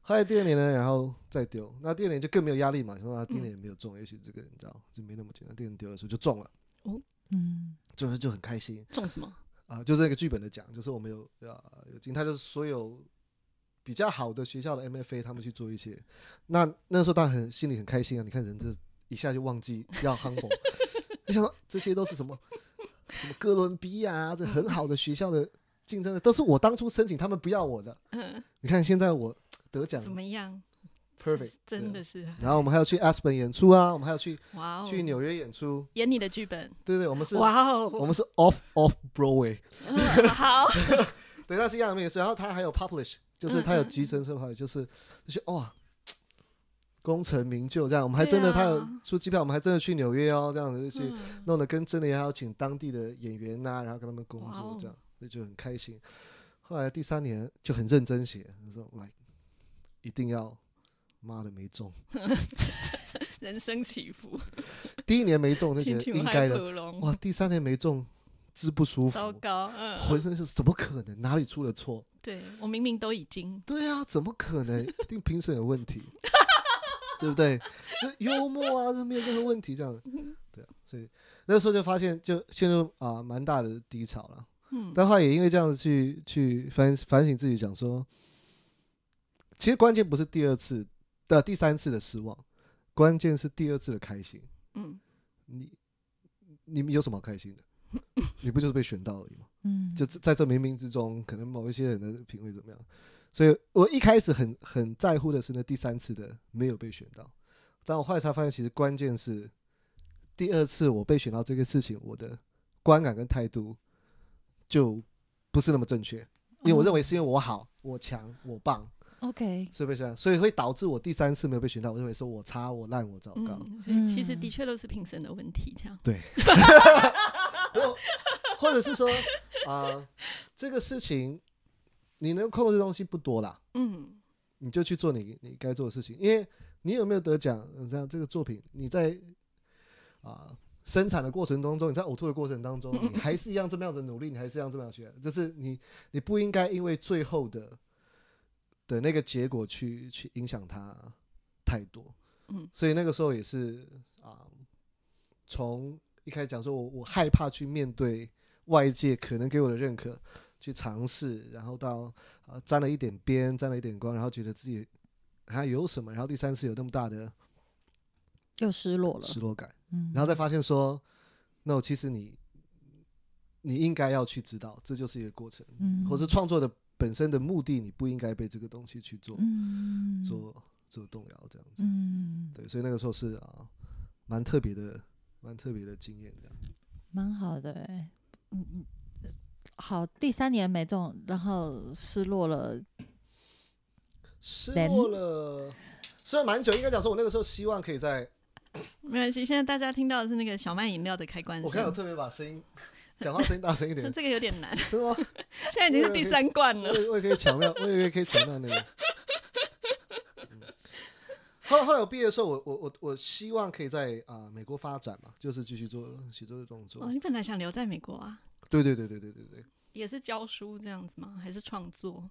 C: 后来第二年呢，然后再丢，那第二年就更没有压力嘛，想说啊，第一年也没有
B: 嗯
C: 中，也许这个你知道就没那么简单，第二年丢的时候就中了，
A: 嗯，
C: 就是就很开心。
B: 中什么？
C: 啊，就是那个剧本的奖，就是我们有呃有进，他就是所有比较好的学校的 MFA 他们去做一些，那那时候当然很心里很开心啊，你看人这一下就忘记要 *laughs* humble，你想说这些都是什么什么哥伦比亚、啊、这很好的学校的竞争的，都是我当初申请他们不要我的，
B: 嗯，
C: 你看现在我得奖
B: 怎么样
C: perfect，
B: 真的
C: 对
B: 是啊
C: 然后我们还要去 Aspen 演出啊，我们还要去
B: 哇哦！
C: 去纽约演出，
B: 演你的剧本，
C: 对对，我们是。
B: 哇
C: 我
B: 哦，
C: 们是 off off Broadway， *laughs*
B: 嗯 *laughs* 好，
C: 对，那是一样的面试。然后他还有 publish，就是他有
B: 嗯嗯
C: 集成社会，就是就是哇，功成名就这样。我们还真的，
B: 对
C: 他
B: 啊
C: 有出机票，我们还真的去纽约哦，这样子 *laughs* 去
B: 嗯
C: 弄得跟真的一样，还要请当地的演员呐、然后跟他们工
B: 哇
C: 作
B: 哦
C: 这样，所以就很开心。后来第三年就很认真写，他说来，一定要。妈的没中，
B: *laughs* 人生起伏，
C: 第一年没中就觉
B: 青
C: 得
B: 青
C: 应
B: 海
C: 该的，
B: 普龙，
C: 哇！第三年没中，之不舒服，
B: 糟糕，嗯，
C: 浑身是怎么可能？哪里出了错？
B: 对我明明都已经，
C: 对啊，怎么可
B: *laughs*
C: 能？一定评审有问题，对不对？这幽默啊，这没有任何问题，这样
B: 嗯
C: 对啊。所以那时候就发现，就陷入啊蛮大的低潮了。
B: 嗯，
C: 但后来也因为这样子去去反反省自己，讲说，其实关键不是第二次的、第三次的失望，关键是第二次的开心。
B: 嗯，
C: 你你们有什么好开心的？你不就是被选到而已吗？
A: 嗯，
C: 就在这冥冥之中，可能某一些人的品味怎么样。所以我一开始很很在乎的是那第三次的没有被选到，但我后来才发现，其实关键是第二次我被选到这个事情，我的观感跟态度
A: 嗯
C: 就不是那么正确，因为我认为是因为我好，我强，我棒，
A: 哦 OK，
C: 所以被选上，所以会导致我第三次没有被选到，我认为说我差、我烂、我糟糕。
B: 嗯，所以其实的确都是评审的问题，这样。
C: 或或者是说啊、这个事情你能控制的东西不多啦，
B: 嗯，
C: 你就去做你你该做的事情，因为你有没有得奖，呃这样这个作品你在啊、生产的过程当中，你在呕吐的过程当中，你还是一样这么样子努力，你还是一样这么样学，就是你你不应该因为最后的的那个结果去去影响它太多，
B: 嗯，
C: 所以那个时候也是啊、从一开始讲说我我害怕去面对外界可能给我的认可，去尝试，然后到啊、沾了一点边，沾了一点光，然后觉得自己还有什么，然后第三次有那么大的
A: 又失落了，
C: 失落感，
A: 嗯，
C: 然后再发现说，no，其实你你应该要去知道，这就是一个过程，
A: 嗯
C: 或是创作的本身的目的，你不应该被这个东西去做
A: 嗯
C: 做做动摇这样子。
A: 嗯，
C: 对，所以那个时候是啊，蛮特别的，蛮特别的经验这样。
A: 蛮好的、欸，嗯嗯，好，第三年没中，然后失落了，
C: 失
A: Then-
C: 落了，失落蛮久，应该讲说，我那个时候希望可以在，
B: 没关系。现在大家听到的是那个小麦饮料的开关
C: 我看有
B: 声，
C: 特别把声音。 *laughs* 讲话声音大声一
B: 那
A: *laughs*
C: 点，
B: 这个有点
C: *laughs*
B: 难，
C: 真的吗？
B: 现在已经是第三罐了
C: 我。也我也可以巧妙，我也可以巧妙那个。嗯后来后来我毕业的时候，我我我我希望可以在啊、美国发展嘛，就是继续做写作的动作
B: 哦，。你本来想留在美国啊？
C: 对对对对对对对，
B: 也是教书这样子吗？还是创作？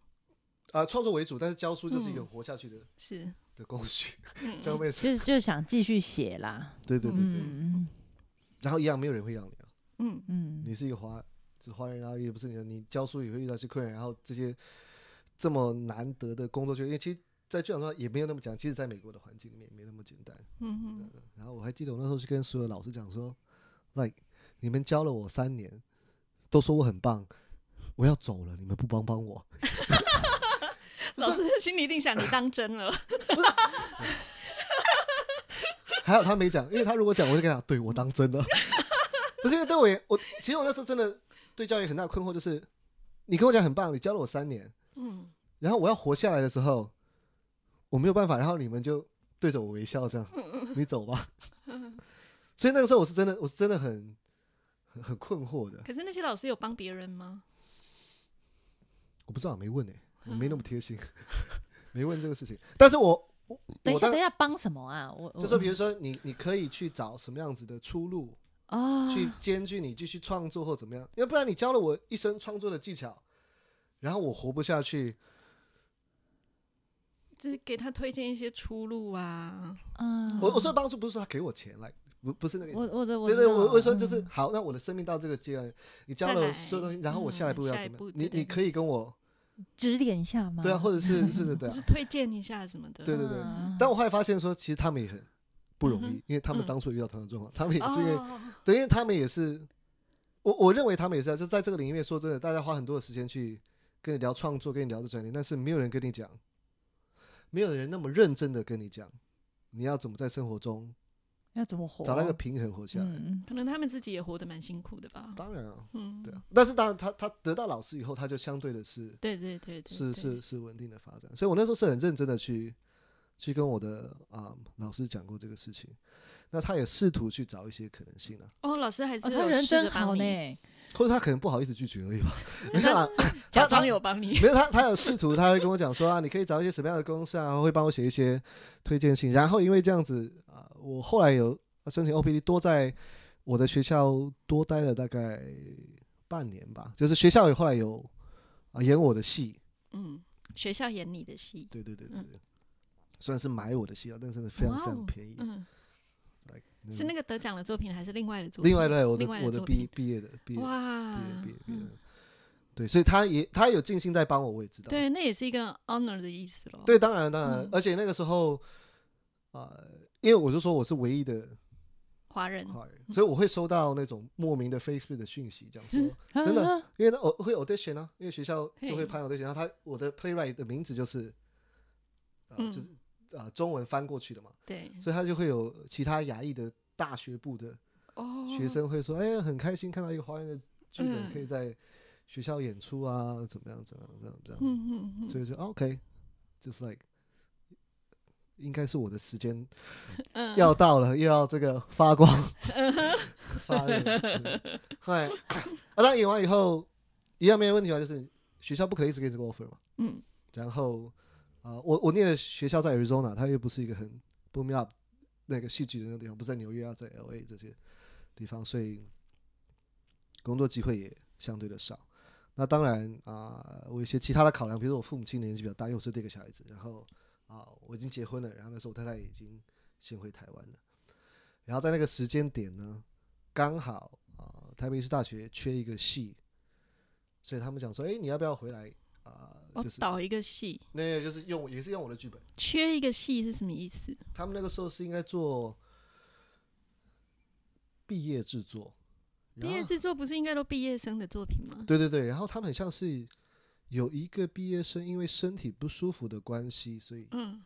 C: 啊、创作为主，但是教书就是一个
B: 嗯
C: 活下去的、
B: 是，
C: 的工具， *laughs*
B: 嗯，
C: 教妹子。
A: 就是就是想继续写啦，
C: 对对对对，
A: 嗯
C: 然后一样没有人会要你啊，
B: 嗯，
A: 嗯
C: 你是一个华只华人，然后也不是你的，你教书也会遇到一些困难，然后这些这么难得的工作就因为其实，在剧场上也没有那么讲，其实在美国的环境里面也没那么简单。
B: 嗯
C: 然后我还记得我那时候去跟所有老师讲说，like 你们教了我三年，都说我很棒，我要走了，你们不帮帮我， *laughs*
B: 哼，老师心里一定想你当真
C: *laughs*
B: 了，
C: 还好他没讲，因为他如果讲，我就跟他讲，对我当真了。 *laughs* 不是因为对我也我，其实我那时候真的对教育很大的困惑，就是你跟我讲很棒，你教了我三年，
B: 嗯
C: 然后我要活下来的时候，我没有办法，然后你们就对着我微笑，这样，你走吧。 *laughs* 所以那个时候我是真的，我是真的很很很困惑的。
B: 可是那些老师有帮别人吗？
C: 我不知道，没问哎、我没那么贴心，没问这个事情。但是我我
A: 等一
C: 我
A: 下，
C: 当
A: 等一下，帮什么啊？我
C: 就是比如说你你可以去找什么样子的出路，
A: 啊，
C: 去兼具你继续创作或怎么样，要不然你教了我一身创作的技巧，然后我活不下去，
B: 就是给他推荐一些出路啊。
A: 嗯，
C: 我我说的帮助不是说他给我钱来，不不是那个意思。
A: 我我的我
C: 对对，我我说就是是好，那我的生命到这个阶段，你
B: 嗯
C: 教
B: 再
C: 了
B: 来
C: 所有东西，然后我下一
B: 嗯
C: 步要
B: 下一
C: 怎么
B: 步
C: 样？
B: 对
C: 你
B: 对
C: 你
B: 对嗯
C: 可以跟我
A: 指点一下吗？
C: 对啊，或者是是的对
B: *laughs* 就
C: 啊
B: 是，推荐一下什么的。
C: 对对对
A: 嗯
C: 但我后来发现说，其实他们也很不容
B: 嗯
C: 易
B: 哼，
C: 因为他们
B: 嗯
C: 当初也遇到同样的状况，他们也是因为
B: 哦，
C: 对，因为他们也是，我我认为他们也是啊，就在这个领域里面，说真的，大家花很多的时间去跟你聊创作，跟你聊这专业，但是没有人跟你讲，没有人那么认真的跟你讲，你要怎么在生活中
A: 要怎么活？
C: 找到一
B: 哦
C: 个平衡活下来。
A: 嗯
B: 可能他们自己也活得蛮辛苦的吧。
C: 当然啊，
B: 嗯，
C: 对啊，但是当然他他得到老师以后，他就相对的是
B: 对对对对，
C: 是
B: 对
C: 是，是稳定的发展，所以我那时候是很认真的去去跟我的啊、老师讲过这个事情，那他也试图去找一些可能性啊，
B: 哦，老师还是
A: 哦，他
B: 有
A: 人
B: 试着
A: 真好
B: 帮你，
A: 呢，
C: 或者他可能不好意思拒绝而已吧，没事啊， *laughs* 他
B: 假
C: 他
B: 装有帮
C: *laughs*
B: 你。
C: 没有，他他有试图，他会跟我讲说啊，你可以找一些什么样的公司啊，会帮我写一些推荐信。然后因为这样子啊、我后来有啊申请 OPD，多在我的学校多待了大概半年吧。就是学校有后来有啊、演我的戏，
B: 嗯，学校演你的戏，
C: 对对对对
B: 嗯
C: 对，虽然是买我的戏啊，但是非常
B: 哇
C: 非常
B: 哦
C: 便宜。
B: 嗯，
C: like，
B: 是那个得奖的作品还是另外的作品？
C: 嗯另外的我的
B: 另外的
C: 我的
B: 作
C: 毕
B: 品
C: 毕业的毕业毕
B: 哇
C: 业毕业毕业的
B: 嗯，
C: 对，所以他也他有尽心在帮我，我也知道。
B: 对，那也是一个 honor 的意思咯。
C: 对，当然当然，
B: 嗯
C: 而且那个时候，呃，因为我就说我是唯一的
B: 华人，
C: 华人，所以我会收到那种莫名的 Facebook 的讯息，讲说，真的
A: 啊
C: 因为我会 audition 啊，因为学校就会
B: 嗯嘿
C: 拍 audition，然后他我的 playwright 的名字就是，呃，
B: 嗯
C: 就是呃中文翻过去的嘛，
B: 对，
C: 所以他就会有其他亚裔的大学部的
B: 哦，
C: 学生会说，哎呀，很开心看到一个华人的剧本可以
B: 嗯
C: 在学校演出啊，怎么样怎么样怎么样怎么样，
B: 嗯嗯嗯，
C: 所以就、啊 OK，就是 like 应该是我的时间 *laughs*
B: 嗯，
C: 要到了，又要这个发光发热。 *laughs* 对 *coughs* 后来啊，当然演完以后一样没有问题啊，就是学校不可能一直给你这个 offer 嘛。
B: 嗯
C: 然后啊、呃我我念的学校在 Arizona，它又不是一个很 boom up 那个戏剧的那个地方，不是在纽约啊，在 LA 这些地方，所以工作机会也相对的少。那当然啊、我有一些其他的考量，比如说我父母亲年纪比较大，因为我是第一个小孩子，然后啊、我已经结婚了，然后那时候我太太已经先回台湾了，然后在那个时间点呢，刚好啊、台北艺术大学缺一个系，所以他们讲说，哎，你要不要回来啊、
B: 我
C: 就是
B: 导一个戏，
C: 那个就是用也是用我的剧本。
B: 缺一个戏是什么意思？
C: 他们那个时候是应该做毕业制作，
B: 毕
C: 然
B: 业
C: 后
B: 制作不是应该都毕业生的作品吗？
C: 对对对，然后他们很像是有一个毕业生因为身体不舒服的关系，所以
B: 嗯，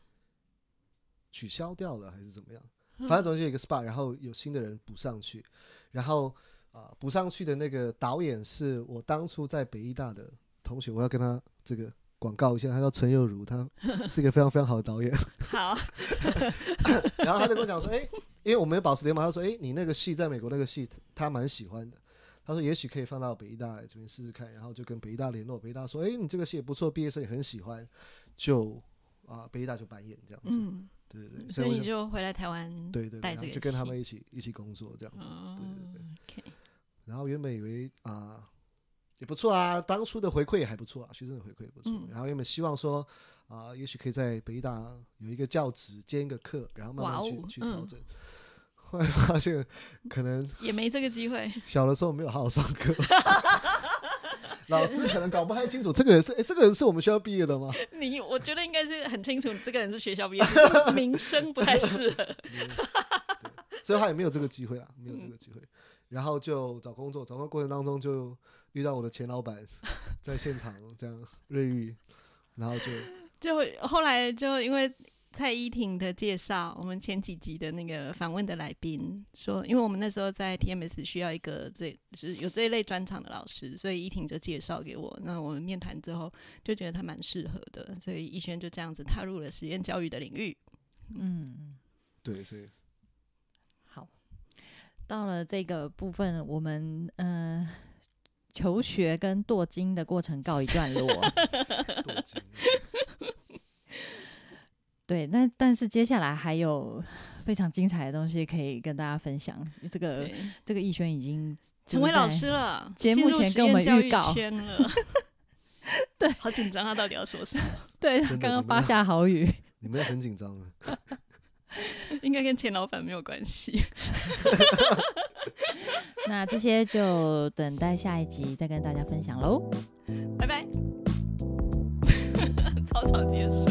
C: 取消掉了还是怎么样？
B: 嗯
C: 反正总之有一个 SPA，然后有新的人补上去，然后啊、补上去的那个导演是我当初在北医大的同学，我要跟他这个广告一下，他叫陈佑如，他 *laughs* 是一个非常非常好的导演。
B: *laughs* 好，
C: *laughs* 然后他就跟我讲说，哎、因为我们有保持联盟，他说，哎、你那个戏在美国那个戏，他他蛮喜欢的。他说，也许可以放到北医大这边试试看，然后就跟北医大联络，北医大说，哎、你这个戏也不错，毕业生也很喜欢，就啊、北医大就扮演这样子，
B: 嗯，
C: 对对对，
B: 所
C: 我
B: 以你
C: 就
B: 就回来台湾，
C: 对对对，
B: 带
C: 然后
B: 这个
C: 就跟他
B: 戏
C: 们一起一起工作这样子，
B: 哦
C: 对对对
B: ，OK，
C: 然后原本以为啊、也不错啊，当初的回馈也还不错啊，学生的回馈也不错。
B: 嗯
C: 然后原本希望说啊、也许可以在北大有一个教职兼一个课，然后慢慢
B: 哇
C: 去、
B: 哦
C: 去调
B: 嗯
C: 整。 *laughs* 后来发现可能
B: 也没这个机会，
C: 小的时候没有好好上课， *laughs* 老师可能搞不太清楚这个人是哎、这个人是我们学校毕业的吗？
B: *laughs* 你我觉得应该是很清楚，这个人是学校毕业，只是
C: *laughs*
B: 名声不太适合。
C: 所以他也没有这个机会啦，没有这个机会。然后就找工作，找工作过程当中就遇到我的前老板，在现场这样瑞玉，然后就
B: 就后来就因为蔡依婷的介绍，我们前几集的那个访问的来宾说，因为我们那时候在 TMS 需要一个这就是有这一类专场的老师，所以依婷就介绍给我。那我们面谈之后就觉得他蛮适合的，所以逸轩就这样子踏入了实验教育的领域。
A: 嗯，
C: 对，所以
A: 好，到了这个部分，我们呃，求学跟镀金的过程告一段 *laughs* 落。
C: 镀金。
A: 对，那但是接下来还有非常精彩的东西可以跟大家分享。这个
B: 对，
A: 这个逸轩已经
B: 成为老
A: 就是在
B: 师了，
A: 节目前跟我们预告
B: 进入实验教育圈 *laughs* 了。
A: 对，
B: 好紧张，他啊到底要说什么？
A: 对，
C: 真
A: 刚
C: 的你
A: 刚
C: 们
A: 发下好语，
C: 你们很紧张啊，
B: 应该跟钱老板没有关 *laughs* 系。
A: *laughs* 那这些就等待下一集再跟大家分享喽。
B: *laughs* 拜拜，草草结束。